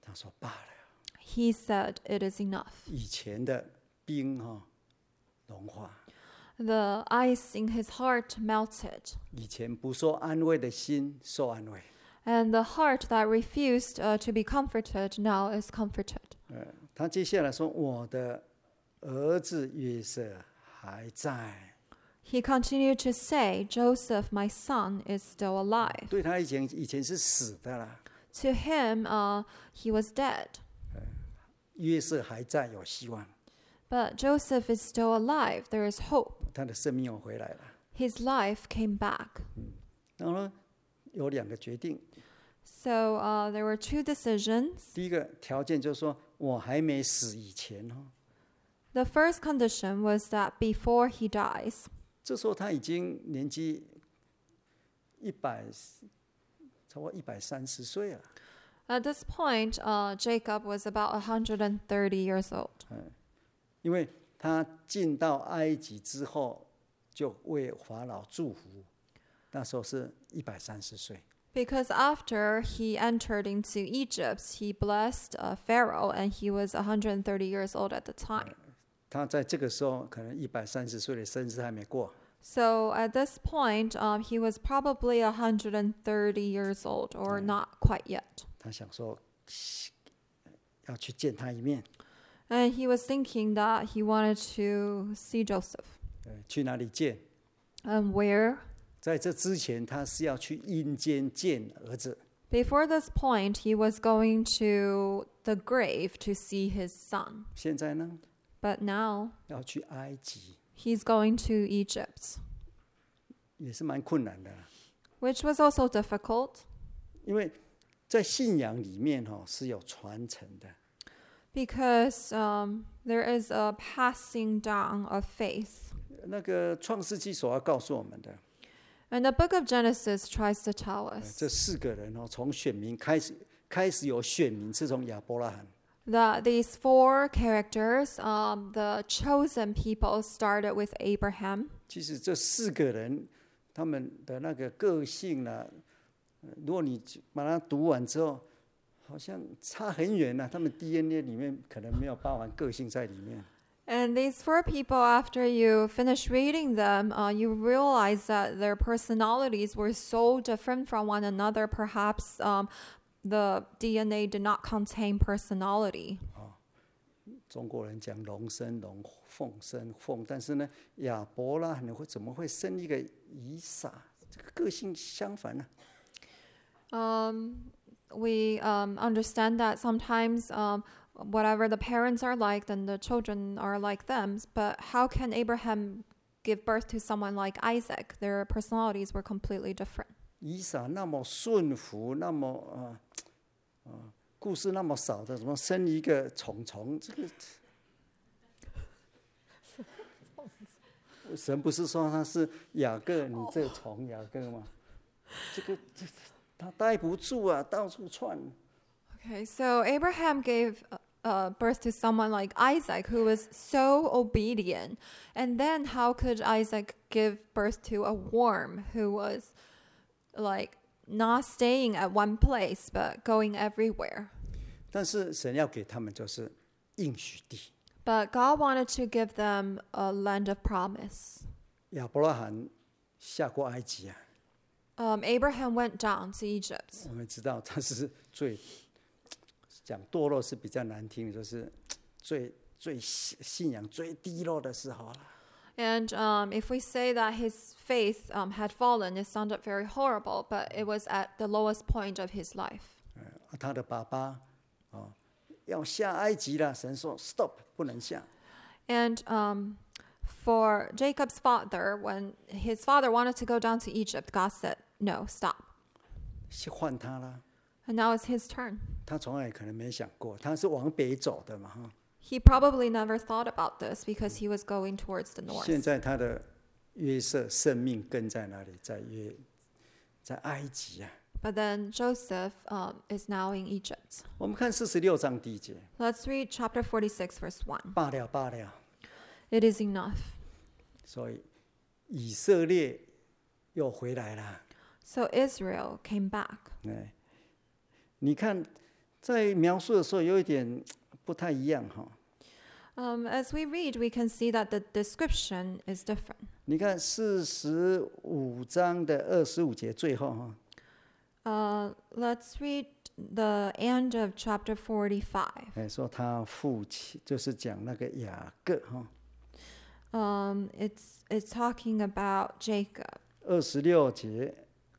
[SPEAKER 1] 他说罢了，
[SPEAKER 2] He said, "It is enough."
[SPEAKER 1] 以前的冰哈、融化，
[SPEAKER 2] The ice in his heart melted,
[SPEAKER 1] 以前不受安慰的心受安慰，
[SPEAKER 2] and the heart that refused uh, to be comforted now is comforted.
[SPEAKER 1] 呃，他接下来说我的儿子约瑟还在。
[SPEAKER 2] He continued to say, Joseph, my son, is still alive.
[SPEAKER 1] 对他以前以前是死的啦，
[SPEAKER 2] to him, uh, he was dead.
[SPEAKER 1] 约瑟还在有希望，
[SPEAKER 2] But Joseph is still alive. There is hope.
[SPEAKER 1] 他的生命又回来了。
[SPEAKER 2] His life came back.
[SPEAKER 1] 然后呢，有两个决定，
[SPEAKER 2] So uh, there were two decisions.
[SPEAKER 1] 第一个条件就是说我还没死以前哦，
[SPEAKER 2] The first condition was that before he dies,
[SPEAKER 1] 这时候他已经年纪一百，超过一百三十岁了。
[SPEAKER 2] at this point, uh, Jacob was about 130 years old
[SPEAKER 1] 因为他进到埃及之后，就为法老祝福，那时候是一百三十岁。
[SPEAKER 2] because after he entered into Egypt, he blessed uh, Pharaoh and he was 130 years old at the time.
[SPEAKER 1] 他在这个时候可能一百三十岁的生日还没过，
[SPEAKER 2] So at this point, um, he was probably 130 years old or not quite yet.
[SPEAKER 1] 他想说要去见他一面，
[SPEAKER 2] And he was thinking that he wanted to see Joseph.
[SPEAKER 1] 呃，去哪里见？
[SPEAKER 2] And where?
[SPEAKER 1] 在这之前，他是要去阴间见儿子，
[SPEAKER 2] Before this point, he was going to the grave to see his son.
[SPEAKER 1] 现在呢，
[SPEAKER 2] But now
[SPEAKER 1] 要去埃及，
[SPEAKER 2] he's going to Egypt,
[SPEAKER 1] 也是蛮困难的啦，
[SPEAKER 2] which was also difficult
[SPEAKER 1] 因为在信仰里面哈、哦、是有传承的，
[SPEAKER 2] because um, there is a passing down of faith.
[SPEAKER 1] 那个创世纪所要告诉我们的，
[SPEAKER 2] And the book of Genesis tries to tell
[SPEAKER 1] 呃这
[SPEAKER 2] us
[SPEAKER 1] 四个人哦，从选民开始，开始有选民是从亚伯拉罕，
[SPEAKER 2] that these four characters, um, the chosen people, started with Abraham.
[SPEAKER 1] 其实这四个人他们的那个个性呢、呃如果你把它读完之后，好像差很远呢、他们 DNA 里面可能没有包含个性在里面。
[SPEAKER 2] And these four people, after you finish reading them, uh, you realize that their personalities were so different from one another. Perhaps um, the DNA did not contain personality.
[SPEAKER 1] 中国人讲龙生龙，凤生凤，但是呢，亚伯拉罕会怎么会生一个以撒？这个个性相反呢、
[SPEAKER 2] Um, we um, understand that sometimes um, whatever the parents are like, then the children are like them. But how can Abraham give birth to someone like Isaac? Their personalities were completely different.
[SPEAKER 1] 以撒那么顺服，那么呃呃，故事那么少的，怎么生一个虫虫？这个神不是说他是雅各，你这虫雅各吗？这个这这他待不住啊，到处窜。
[SPEAKER 2] Okay, so Abraham gave uh, uh, birth to someone like Isaac, who was so obedient. And then how could Isaac give birth to a worm who was like not staying at one place but going everywhere?
[SPEAKER 1] 但是神要给他们就是应许地。
[SPEAKER 2] But God wanted to give them a land of promise.
[SPEAKER 1] 亚伯拉罕下过埃及啊，
[SPEAKER 2] Um, Abraham went down to Egypt.
[SPEAKER 1] 我们知道 [LAUGHS] 他是最讲堕落是比较难听的，就是最最信信仰最低落的时候了。
[SPEAKER 2] And um, if we say that his faith um, had fallen, it sounded very horrible, but it was at the lowest point of his life.
[SPEAKER 1] 呃啊他的爸爸啊、哦要下埃及了，神说 stop 不能下。
[SPEAKER 2] And um, for Jacob's father, when his father wanted to go down to Egypt, God said, No, stop.
[SPEAKER 1] 是换他啦，
[SPEAKER 2] And now it's his turn.
[SPEAKER 1] 他从来可能没想过，他是往北走的嘛哈。
[SPEAKER 2] He probably never thought about this because he was going towards the
[SPEAKER 1] 现
[SPEAKER 2] north.
[SPEAKER 1] 在他的约瑟生命根在哪里？在约，在埃及啊。
[SPEAKER 2] But then Joseph um, is now in Egypt.
[SPEAKER 1] 我们看四十六章第一节，
[SPEAKER 2] Let's read chapter 46, verse 1.
[SPEAKER 1] 罢了罢了。
[SPEAKER 2] It is enough.
[SPEAKER 1] 所以以色列又回来了。
[SPEAKER 2] So Israel came back.
[SPEAKER 1] 哎，你看，在描述的时候有一点不太一样哈。
[SPEAKER 2] Um, as we read, we can see that the description is different.
[SPEAKER 1] 你看四十五章的二十五节最后哈，
[SPEAKER 2] Uh, let's read the end of chapter 45.
[SPEAKER 1] 哎，说他父亲就是讲那个雅各哈。
[SPEAKER 2] um, it's it's talking about Jacob,
[SPEAKER 1] 二十六节，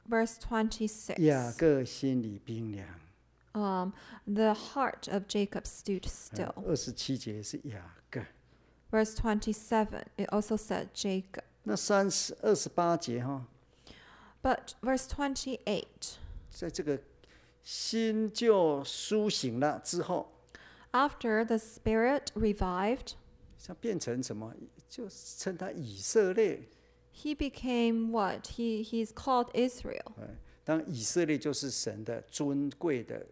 [SPEAKER 2] verse twenty six.
[SPEAKER 1] 雅各心里冰凉，
[SPEAKER 2] um, the heart of Jacob stood still.
[SPEAKER 1] 哎二十七节是雅各，
[SPEAKER 2] Verse 27, it also said Jacob.
[SPEAKER 1] 那三十二十八节哈、
[SPEAKER 2] But verse 28,
[SPEAKER 1] 在这个心就苏醒了之后，
[SPEAKER 2] after the spirit revived,
[SPEAKER 1] 像变成什么？就称他以色列。
[SPEAKER 2] he became what? He, he's called Israel.
[SPEAKER 1] 当以色列就是神的尊贵的，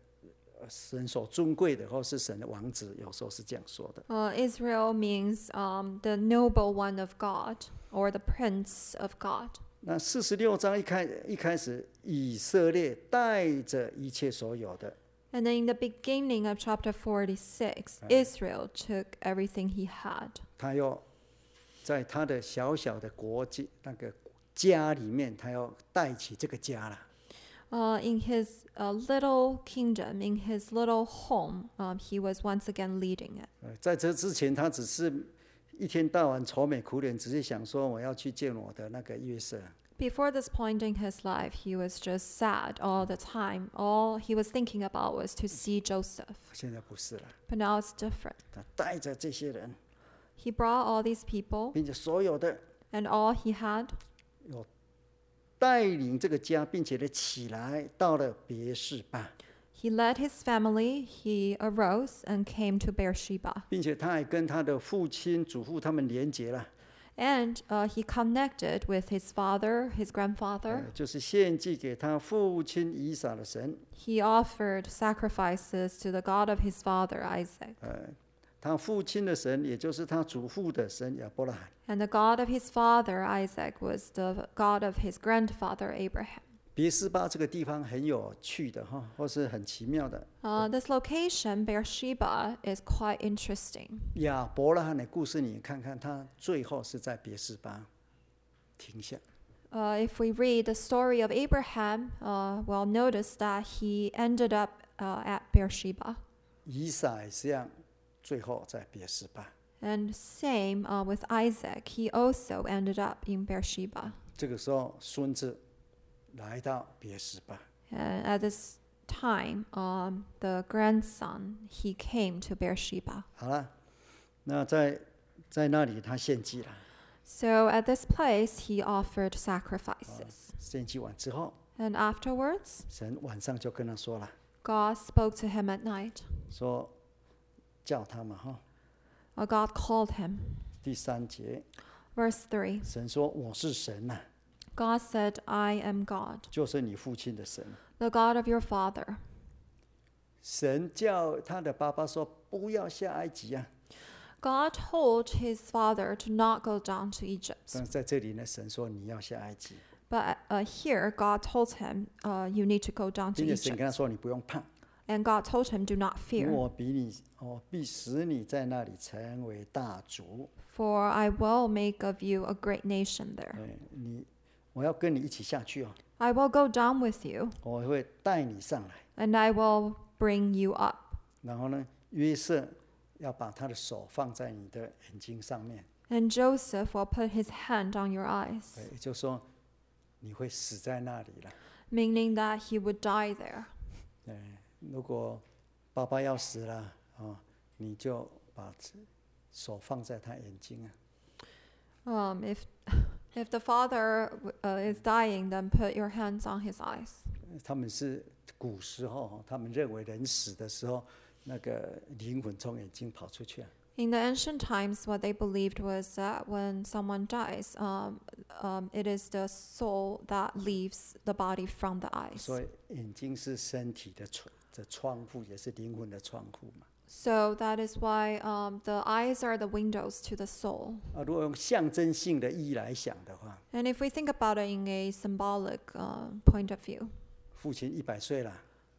[SPEAKER 1] 呃神所尊贵的，或是神的王子，有时候是这样说的。
[SPEAKER 2] Uh, Israel means um, the noble one of God or the prince of God.
[SPEAKER 1] 那四十六章一开一开始，以色列带着一切所有的，
[SPEAKER 2] And then in the beginning of chapter 46, Israel took everything he had.
[SPEAKER 1] 他要在他的小小的国际那个家里面，他要带起这个家了。
[SPEAKER 2] Uh, in his uh, little kingdom, in his little home, um, he was once again leading it.
[SPEAKER 1] 呃，在这之前，他只是一天到晚愁眉苦脸，只是想说我要去见我的那个约瑟。
[SPEAKER 2] Before this point in his life, he was just sad all the time. All he was thinking about was to see Joseph.
[SPEAKER 1] 现在不是了，
[SPEAKER 2] But now it's different.
[SPEAKER 1] 他带着这些人，
[SPEAKER 2] He brought all these people
[SPEAKER 1] 并且所有的
[SPEAKER 2] and all he had
[SPEAKER 1] 有带领这个家，并且呢起来到了别是吧，
[SPEAKER 2] He led his family, he arose and came to Beersheba.
[SPEAKER 1] 并且他还跟他的父亲、祖父他们连结了，
[SPEAKER 2] And uh, he connected with his father, his
[SPEAKER 1] 呃
[SPEAKER 2] grandfather.
[SPEAKER 1] 就是献祭给他父亲以撒的神。
[SPEAKER 2] He offered sacrifices to the God of his father, Isaac,
[SPEAKER 1] 呃，他父亲的神，也就是他祖父的神亚伯拉罕。
[SPEAKER 2] and the God of his father, Isaac, was the God of his grandfather, Abraham.
[SPEAKER 1] 别斯巴这个地方很有趣的哈，或是很奇妙的。
[SPEAKER 2] Uh, this location, Beersheba, is quite interesting.
[SPEAKER 1] 亚伯拉罕的故事，你看看他最后是在别是巴停下。
[SPEAKER 2] Uh, if we read the story of Abraham, uh, we'll notice that he ended up uh, at Beersheba.
[SPEAKER 1] 以撒也是一样，最后在别是巴。
[SPEAKER 2] And same uh, with Isaac, he also ended up in Beersheba.
[SPEAKER 1] 这个时候，孙子来到别是巴，
[SPEAKER 2] And Uh, at this time, um, the grandson he came to Beersheba.
[SPEAKER 1] 好了，那在在那里他献祭了。
[SPEAKER 2] So at this place, he offered sacrifices.
[SPEAKER 1] 献祭完之后，
[SPEAKER 2] And afterwards,
[SPEAKER 1] 神晚上就跟他说了，
[SPEAKER 2] God spoke to him at night.
[SPEAKER 1] 说叫他嘛哈。
[SPEAKER 2] Uh, God called him.
[SPEAKER 1] 第三节，
[SPEAKER 2] Verse 3
[SPEAKER 1] 神说：“我是神呐、
[SPEAKER 2] God said, I am God,
[SPEAKER 1] 就是你父亲的神。
[SPEAKER 2] the God of your father. ”
[SPEAKER 1] 神叫他的爸爸说：“不要下埃及啊！”
[SPEAKER 2] God told his father to not go down to
[SPEAKER 1] 但
[SPEAKER 2] Egypt.
[SPEAKER 1] 是在这里呢，神说你要下埃及，
[SPEAKER 2] But uh, here, God told him, uh, You need to go down
[SPEAKER 1] 并且
[SPEAKER 2] to
[SPEAKER 1] 神
[SPEAKER 2] Egypt.
[SPEAKER 1] 跟他说你不用怕，
[SPEAKER 2] And God told him, Do not
[SPEAKER 1] 因为
[SPEAKER 2] fear,
[SPEAKER 1] 我比你，我必使你在那里成为大族。
[SPEAKER 2] for I will make of you a great nation there.
[SPEAKER 1] 哎，你，我要跟你一起下去哦，
[SPEAKER 2] I will go down with you,
[SPEAKER 1] 我会带你上来。
[SPEAKER 2] and I will bring you up.
[SPEAKER 1] 然后呢，约瑟要把他的手放在你的眼睛上面，
[SPEAKER 2] And Joseph will put his hand on your
[SPEAKER 1] 哎
[SPEAKER 2] eyes,
[SPEAKER 1] 也就是说你会死在那里了。
[SPEAKER 2] meaning that he would die there.
[SPEAKER 1] 哎如果爸爸要死了啊、哦你就把手放在他眼睛啊。
[SPEAKER 2] Um, if, [LAUGHS] if the father w- uh, is dying, then put your hands on his eyes.
[SPEAKER 1] 他们是古时候哈，他们认为人死的时候，那个灵魂从眼睛跑出去啊。
[SPEAKER 2] In the ancient times, what they believed was that when someone dies, um, um, it is the soul that leaves the body from the eyes.
[SPEAKER 1] 所以眼睛是身体的窗的窗户，也是灵魂的窗户嘛。
[SPEAKER 2] So that is why um, the eyes are the windows to the soul.
[SPEAKER 1] 啊，如果用象征性的意义来想的话，
[SPEAKER 2] And if we think about it in a symbolic uh, point of view,
[SPEAKER 1] 父亲一百岁了，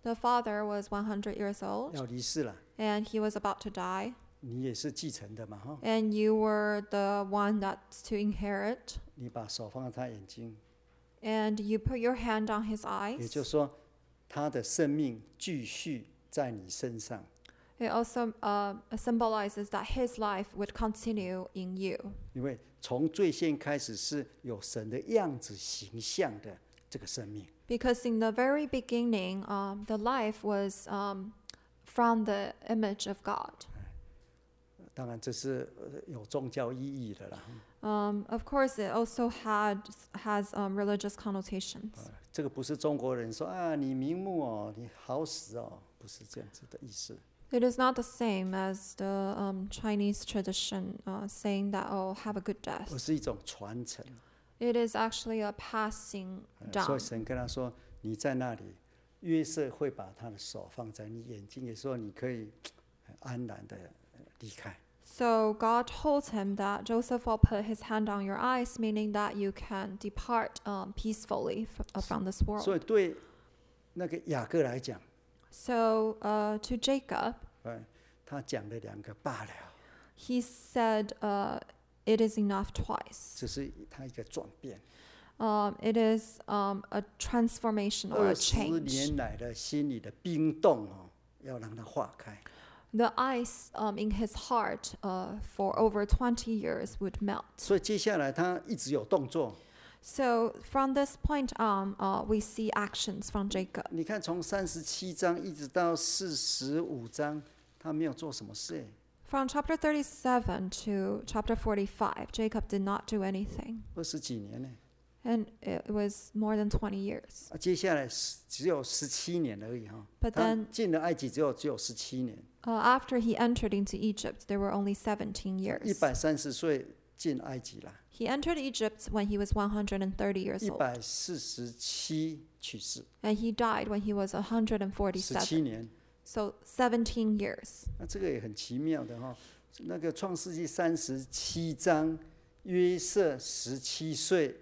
[SPEAKER 2] the father was 100 years old
[SPEAKER 1] 要离世了，
[SPEAKER 2] and he was about to die,
[SPEAKER 1] 你也是继承的嘛哈，
[SPEAKER 2] and you were the one that's to inherit,
[SPEAKER 1] 你把手放在他眼睛，
[SPEAKER 2] and you put your hand on his
[SPEAKER 1] 也
[SPEAKER 2] eyes.
[SPEAKER 1] 就是说，他的生命继续在你身上。
[SPEAKER 2] It also uh, symbolizes that his life would continue in you.
[SPEAKER 1] 因为从最先开始是有神的样子形象的这个生命，
[SPEAKER 2] because in the very beginning, um, the life was um, from the image of God.
[SPEAKER 1] 当然这是呃有宗教意义的啦，
[SPEAKER 2] Um, of course, it also had has um, religious connotations.
[SPEAKER 1] 这个不是中国人说啊你瞑目哦，你好死哦，不是这样子的意思。
[SPEAKER 2] It is not the same as the um, Chinese tradition uh, saying that oh have a good
[SPEAKER 1] 而
[SPEAKER 2] death.
[SPEAKER 1] 是一种传承。
[SPEAKER 2] It is actually a passing
[SPEAKER 1] 呃所
[SPEAKER 2] down.
[SPEAKER 1] 以神跟他说：“你在那里，约瑟会把他的手放在你眼睛，也说你可以呃安然的离开。
[SPEAKER 2] So God told him that Joseph will put his hand on your eyes, meaning that you can depart um, peacefully f- uh, from this ”
[SPEAKER 1] 所
[SPEAKER 2] world.
[SPEAKER 1] 以对那个雅各来讲，
[SPEAKER 2] So uh, to Jacob,
[SPEAKER 1] 呃，他讲了两个罢了，
[SPEAKER 2] he said, uh, "It is enough twice.
[SPEAKER 1] 只是他一个转变。
[SPEAKER 2] Um, it is um, a transformation or
[SPEAKER 1] 二
[SPEAKER 2] a
[SPEAKER 1] 十
[SPEAKER 2] change.
[SPEAKER 1] 年来的心里的冰冻哦，要让它化开。
[SPEAKER 2] The ice um, in his heart uh, for over 20 years would melt."
[SPEAKER 1] 所以接下来他一直有动作。
[SPEAKER 2] So from this point on, uh, we see actions from Jacob.
[SPEAKER 1] 你看，从三十七章一直到四十五章，他没有做什么事。
[SPEAKER 2] From chapter 37 to chapter 45, Jacob did not do anything,
[SPEAKER 1] 二十几年呢？
[SPEAKER 2] and it was more than 20 years.
[SPEAKER 1] 啊，接下来十只有十七年而已哈、
[SPEAKER 2] But
[SPEAKER 1] 他
[SPEAKER 2] then-
[SPEAKER 1] 进了埃及只有只有十七年，
[SPEAKER 2] Uh, after he entered into Egypt, there were only 17
[SPEAKER 1] 一
[SPEAKER 2] years.
[SPEAKER 1] 百三十岁进埃及啦，
[SPEAKER 2] He entered Egypt when he was 130 years
[SPEAKER 1] 一
[SPEAKER 2] old,
[SPEAKER 1] 百四十七去世，
[SPEAKER 2] and he died when he was
[SPEAKER 1] 十七
[SPEAKER 2] 147.
[SPEAKER 1] 年。
[SPEAKER 2] So 17 years.
[SPEAKER 1] 那这个也很奇妙的哈、那个创世纪三十七章约瑟十七岁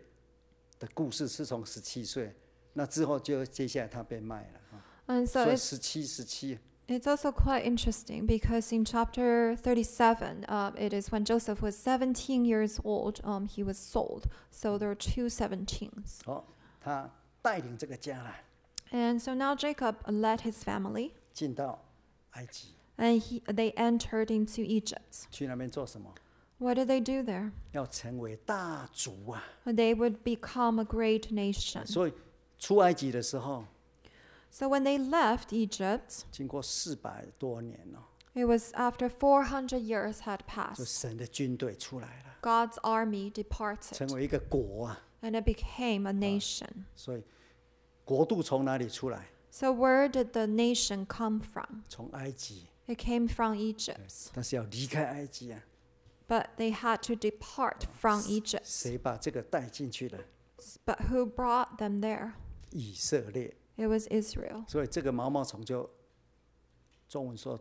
[SPEAKER 1] 的故事是从十七岁，那之后就接下来他被卖了哈、
[SPEAKER 2] And so
[SPEAKER 1] 所以
[SPEAKER 2] it's,
[SPEAKER 1] 十七十七
[SPEAKER 2] it's also quite interesting because in chapter 37, uh, it is when Joseph was 17 years old, um, he was sold. So there are two 17s.
[SPEAKER 1] 好、哦他带领这个家啦
[SPEAKER 2] And so now Jacob led his family,
[SPEAKER 1] 进到埃及
[SPEAKER 2] and he, they entered into Egypt.
[SPEAKER 1] 去那边做什么？
[SPEAKER 2] What did they do there?
[SPEAKER 1] 要成为大族啊！
[SPEAKER 2] They would become a great nation.
[SPEAKER 1] 所以出埃及的时候，
[SPEAKER 2] So when they left Egypt,
[SPEAKER 1] 经过四百多年哦，
[SPEAKER 2] it was after 400 years had
[SPEAKER 1] 就
[SPEAKER 2] passed.
[SPEAKER 1] 神的军队出来了，
[SPEAKER 2] God's army
[SPEAKER 1] 成
[SPEAKER 2] departed,
[SPEAKER 1] 为一个国啊。
[SPEAKER 2] and it became a nation.
[SPEAKER 1] 所以国度从哪里出来？
[SPEAKER 2] So where did the nation come from?
[SPEAKER 1] 从埃及，
[SPEAKER 2] It came from Egypt,
[SPEAKER 1] 但是要离开埃及啊。
[SPEAKER 2] but they had to depart from Egypt.
[SPEAKER 1] 谁把这个带进去的？
[SPEAKER 2] But who brought them there?
[SPEAKER 1] 以色列。
[SPEAKER 2] It was Israel.
[SPEAKER 1] 所以这个毛毛虫就中文说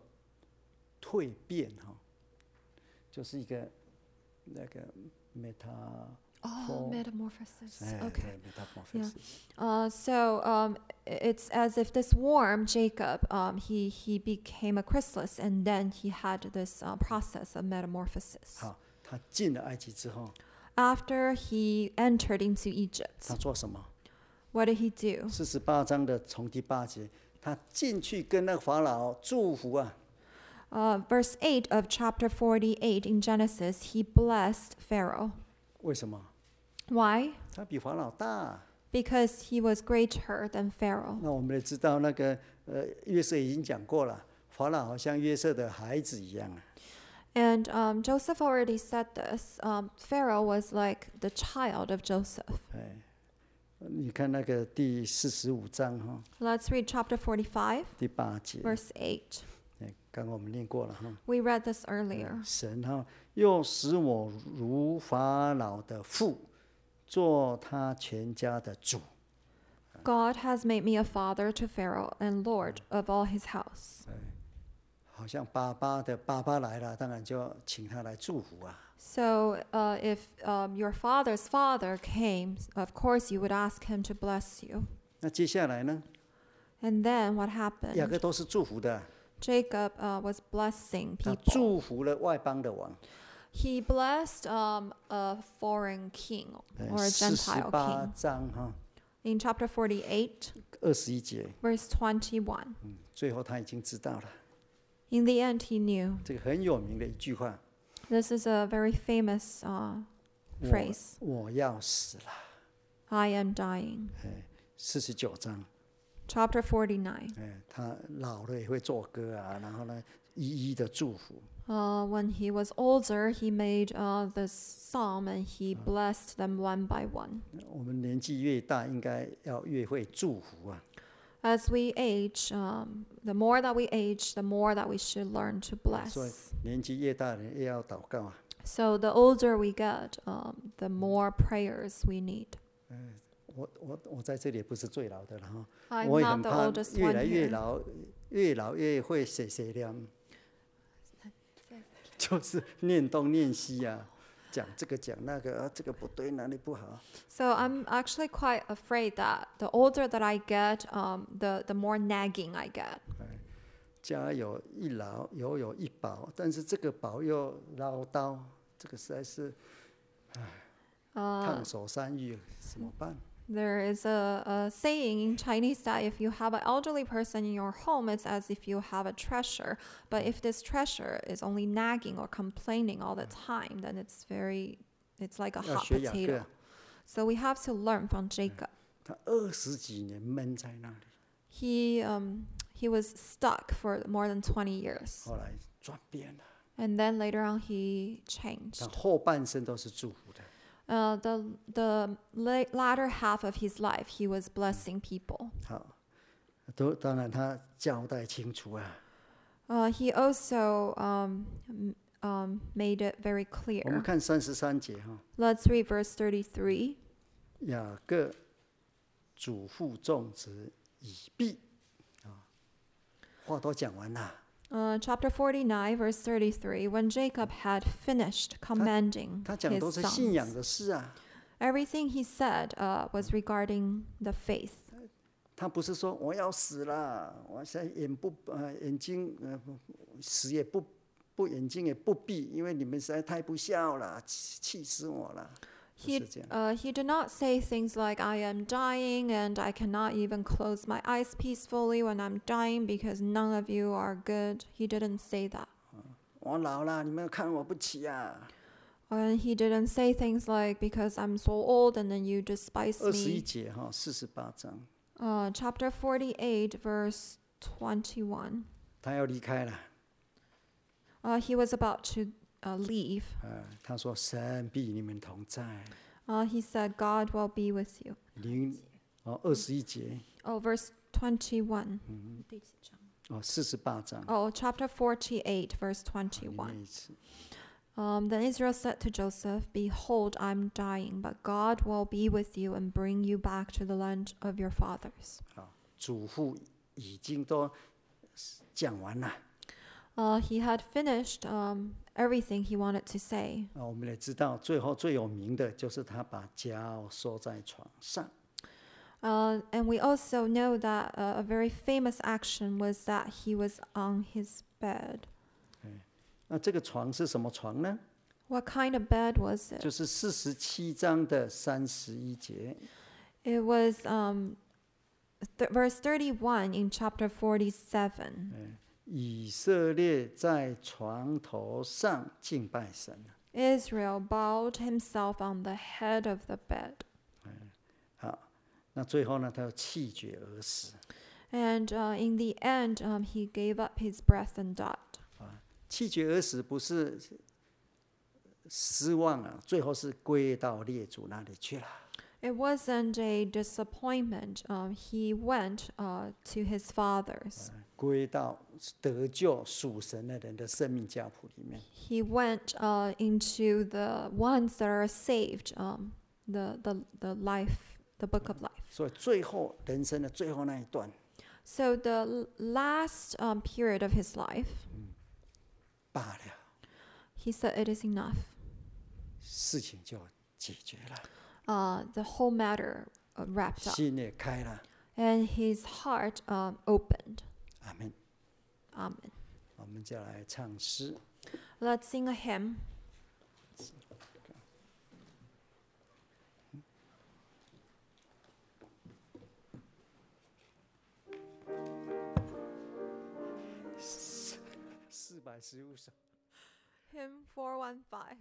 [SPEAKER 1] 蜕变哈、就是一个那个 meta
[SPEAKER 2] Oh,
[SPEAKER 1] For-
[SPEAKER 2] metamorphosis.
[SPEAKER 1] 哎对
[SPEAKER 2] Okay.
[SPEAKER 1] metamorphosis
[SPEAKER 2] Uh, so um, i- it's as if this worm, Jacob, um, he he became a chrysalis, and then he had this uh, process of metamorphosis.
[SPEAKER 1] 好，他进了埃及之后，
[SPEAKER 2] After he entered into
[SPEAKER 1] 他
[SPEAKER 2] Egypt,
[SPEAKER 1] 做什么？
[SPEAKER 2] what did he do?
[SPEAKER 1] 四十八章的从第八节，他进去跟那个法老祝福啊，
[SPEAKER 2] Uh, verse eight of chapter forty-eight in Genesis, he blessed Pharaoh.
[SPEAKER 1] 为什么？
[SPEAKER 2] Why?
[SPEAKER 1] 他比法老大。
[SPEAKER 2] Because he was greater than Pharaoh.
[SPEAKER 1] 那我们也知道，那个呃，约瑟已经讲过了，法老好像约瑟的孩子一样啊。
[SPEAKER 2] And um, Joseph already said this. Um, Pharaoh was like the child of Joseph.
[SPEAKER 1] 哎，你看那个第四十五章哈、
[SPEAKER 2] Let's read chapter 45,
[SPEAKER 1] 第八节，
[SPEAKER 2] verse 8.
[SPEAKER 1] 哎，刚刚我们念过了哈。
[SPEAKER 2] We read this earlier.
[SPEAKER 1] 神哈、又使我如法老的父，做他全家的主。
[SPEAKER 2] God has made me a father to Pharaoh and lord of all his house.
[SPEAKER 1] 好像爸爸的爸爸来了，当然就要请他来祝福啊。
[SPEAKER 2] So, uh, if um, your father's father came, of course you would ask him to bless you.
[SPEAKER 1] 那接下来呢？
[SPEAKER 2] And then what
[SPEAKER 1] 雅
[SPEAKER 2] happened?
[SPEAKER 1] 各都是祝福的，啊
[SPEAKER 2] Jacob uh, was blessing
[SPEAKER 1] 他
[SPEAKER 2] people.
[SPEAKER 1] 祝福了外邦的王。
[SPEAKER 2] He blessed um, a foreign king or a
[SPEAKER 1] 哎四十
[SPEAKER 2] Gentile
[SPEAKER 1] 八
[SPEAKER 2] king.
[SPEAKER 1] 章哈，
[SPEAKER 2] In chapter 48,
[SPEAKER 1] 二十一节，
[SPEAKER 2] verse 21,
[SPEAKER 1] 嗯，最后他已经知道了。
[SPEAKER 2] in the end he knew.
[SPEAKER 1] 这个很有名的一句话
[SPEAKER 2] This is a very famous uh, phrase
[SPEAKER 1] 我我要死了，
[SPEAKER 2] I am dying.
[SPEAKER 1] 哎，四十九章，
[SPEAKER 2] chapter 49.
[SPEAKER 1] 哎，他老了也会做歌啊，然后呢，一一的祝福。
[SPEAKER 2] Uh, when he was older, he made uh, this psalm and he blessed them one by one.
[SPEAKER 1] 我们年纪越大，应该要越会祝福啊。
[SPEAKER 2] As we age, um, the more that we age, the more that we should learn to
[SPEAKER 1] 所以
[SPEAKER 2] bless.
[SPEAKER 1] 年纪越大的人越要祷告啊。
[SPEAKER 2] So the older we get, um, the more prayers we need.
[SPEAKER 1] 哎我我我在这里也不是最老的了哈，
[SPEAKER 2] I'm
[SPEAKER 1] 我也
[SPEAKER 2] not
[SPEAKER 1] 很
[SPEAKER 2] the
[SPEAKER 1] 怕
[SPEAKER 2] oldest
[SPEAKER 1] 越
[SPEAKER 2] one
[SPEAKER 1] 来越
[SPEAKER 2] here.
[SPEAKER 1] 老，越老越会写写念， [LAUGHS] 就是念东念西啊，讲这个讲那个啊，这个不对，哪里不好。
[SPEAKER 2] So I'm actually quite afraid that the older that I get, um, the the more nagging I get.
[SPEAKER 1] 哎家有一老，友有一宝，但是这个宝又唠叨，这个实在是，唉，烫手山芋，怎么办？
[SPEAKER 2] There is a, a saying in Chinese that if you have an elderly person in your home, it's as if you have a treasure. But if this treasure is only nagging or complaining all the time, then it's very, it's like a
[SPEAKER 1] 要
[SPEAKER 2] hot
[SPEAKER 1] 学雅各
[SPEAKER 2] potato.，So we have to learn from Jacob.
[SPEAKER 1] 他二十几年闷在那里，
[SPEAKER 2] He um, he was stuck for more than 20 years,
[SPEAKER 1] 后来转变了，
[SPEAKER 2] and then later on he changed.
[SPEAKER 1] 他后半生都是祝福的。
[SPEAKER 2] Uh, the the la- latter half of his life, he was blessing people.
[SPEAKER 1] 好，都当然他交代清楚啊。
[SPEAKER 2] Uh, he also um, m- um, made it very
[SPEAKER 1] 我们
[SPEAKER 2] clear.
[SPEAKER 1] 看三十三节哈，
[SPEAKER 2] Let's read verse 33.
[SPEAKER 1] 雅各祖父种植已毕啊，话都讲完了，
[SPEAKER 2] Uh, chapter 49, verse 33. When Jacob had finished commending
[SPEAKER 1] 他讲都是
[SPEAKER 2] his
[SPEAKER 1] 信仰
[SPEAKER 2] sons,
[SPEAKER 1] 的事啊。
[SPEAKER 2] everything he said uh, was regarding the faith.
[SPEAKER 1] 他不是说我要死了，我现在眼不呃眼睛呃不死也不不眼睛也不闭，因为你们实在太不孝了，气气死我了，不
[SPEAKER 2] He,
[SPEAKER 1] 是这样。
[SPEAKER 2] uh, he did not say things like, I am dying and I cannot even close my eyes peacefully when I'm dying because none of you are good. He didn't say that.
[SPEAKER 1] 我老了，你们看我不起啊。
[SPEAKER 2] And he didn't say things like, because I'm so old and then you despise
[SPEAKER 1] 二十一
[SPEAKER 2] me.
[SPEAKER 1] 节哈，四十八章，
[SPEAKER 2] Uh, chapter 48, verse 21.
[SPEAKER 1] 他要离开了。
[SPEAKER 2] Uh, he was about to uh, leave.
[SPEAKER 1] 呃，他说神必与你们同在。
[SPEAKER 2] Uh, he said, God will be with you.
[SPEAKER 1] 零哦，二十一节
[SPEAKER 2] Oh, verse 21.
[SPEAKER 1] 哦，四十八章。
[SPEAKER 2] Oh, chapter 48, verse
[SPEAKER 1] 里
[SPEAKER 2] 21.
[SPEAKER 1] 面一次
[SPEAKER 2] Um, then Israel said to Joseph, Behold, I'm dying, but God will be with you and bring you back to the land of your fathers.
[SPEAKER 1] 好，祖父已经都讲完了。
[SPEAKER 2] Uh, he had finished um, everything he wanted to say.
[SPEAKER 1] 啊，我们也知道，最后最有名的就是他把脚收在床上。
[SPEAKER 2] Uh, and we also know that uh, a very famous action was that he was on his bed.
[SPEAKER 1] 那这个床是什么床呢？
[SPEAKER 2] What kind of bed was
[SPEAKER 1] 就
[SPEAKER 2] it?
[SPEAKER 1] 是四十七章的三十一节，
[SPEAKER 2] It was um, th- verse 31 in chapter 47.
[SPEAKER 1] 嗯以色列在床头上敬拜神。
[SPEAKER 2] Israel bowed himself on the head of the bed.
[SPEAKER 1] 好，那最后呢，他要气绝而死。
[SPEAKER 2] And uh, in the end, um, he gave up his breath and died.
[SPEAKER 1] 气绝而死不是失望啊，最后是归到列祖那里去了。
[SPEAKER 2] It wasn't a disappointment. Um, he went uh, to his fathers.
[SPEAKER 1] 归到得救属神的人的生命家谱里面。
[SPEAKER 2] He went uh, into the ones that are saved, um, the, the, the life, the book of life.
[SPEAKER 1] 所以最后人生的最后那一段，
[SPEAKER 2] So the l- last um, period of his life,
[SPEAKER 1] 罢了，
[SPEAKER 2] he said it is enough.
[SPEAKER 1] 事情就解决了，
[SPEAKER 2] Uh, the whole matter uh, wrapped up,
[SPEAKER 1] 心也开了。
[SPEAKER 2] and his heart um, opened.
[SPEAKER 1] 阿门。
[SPEAKER 2] Amen.
[SPEAKER 1] 我们就来唱诗。
[SPEAKER 2] Let's sing a hymn.
[SPEAKER 1] 四百十五首。
[SPEAKER 2] Hymn 415.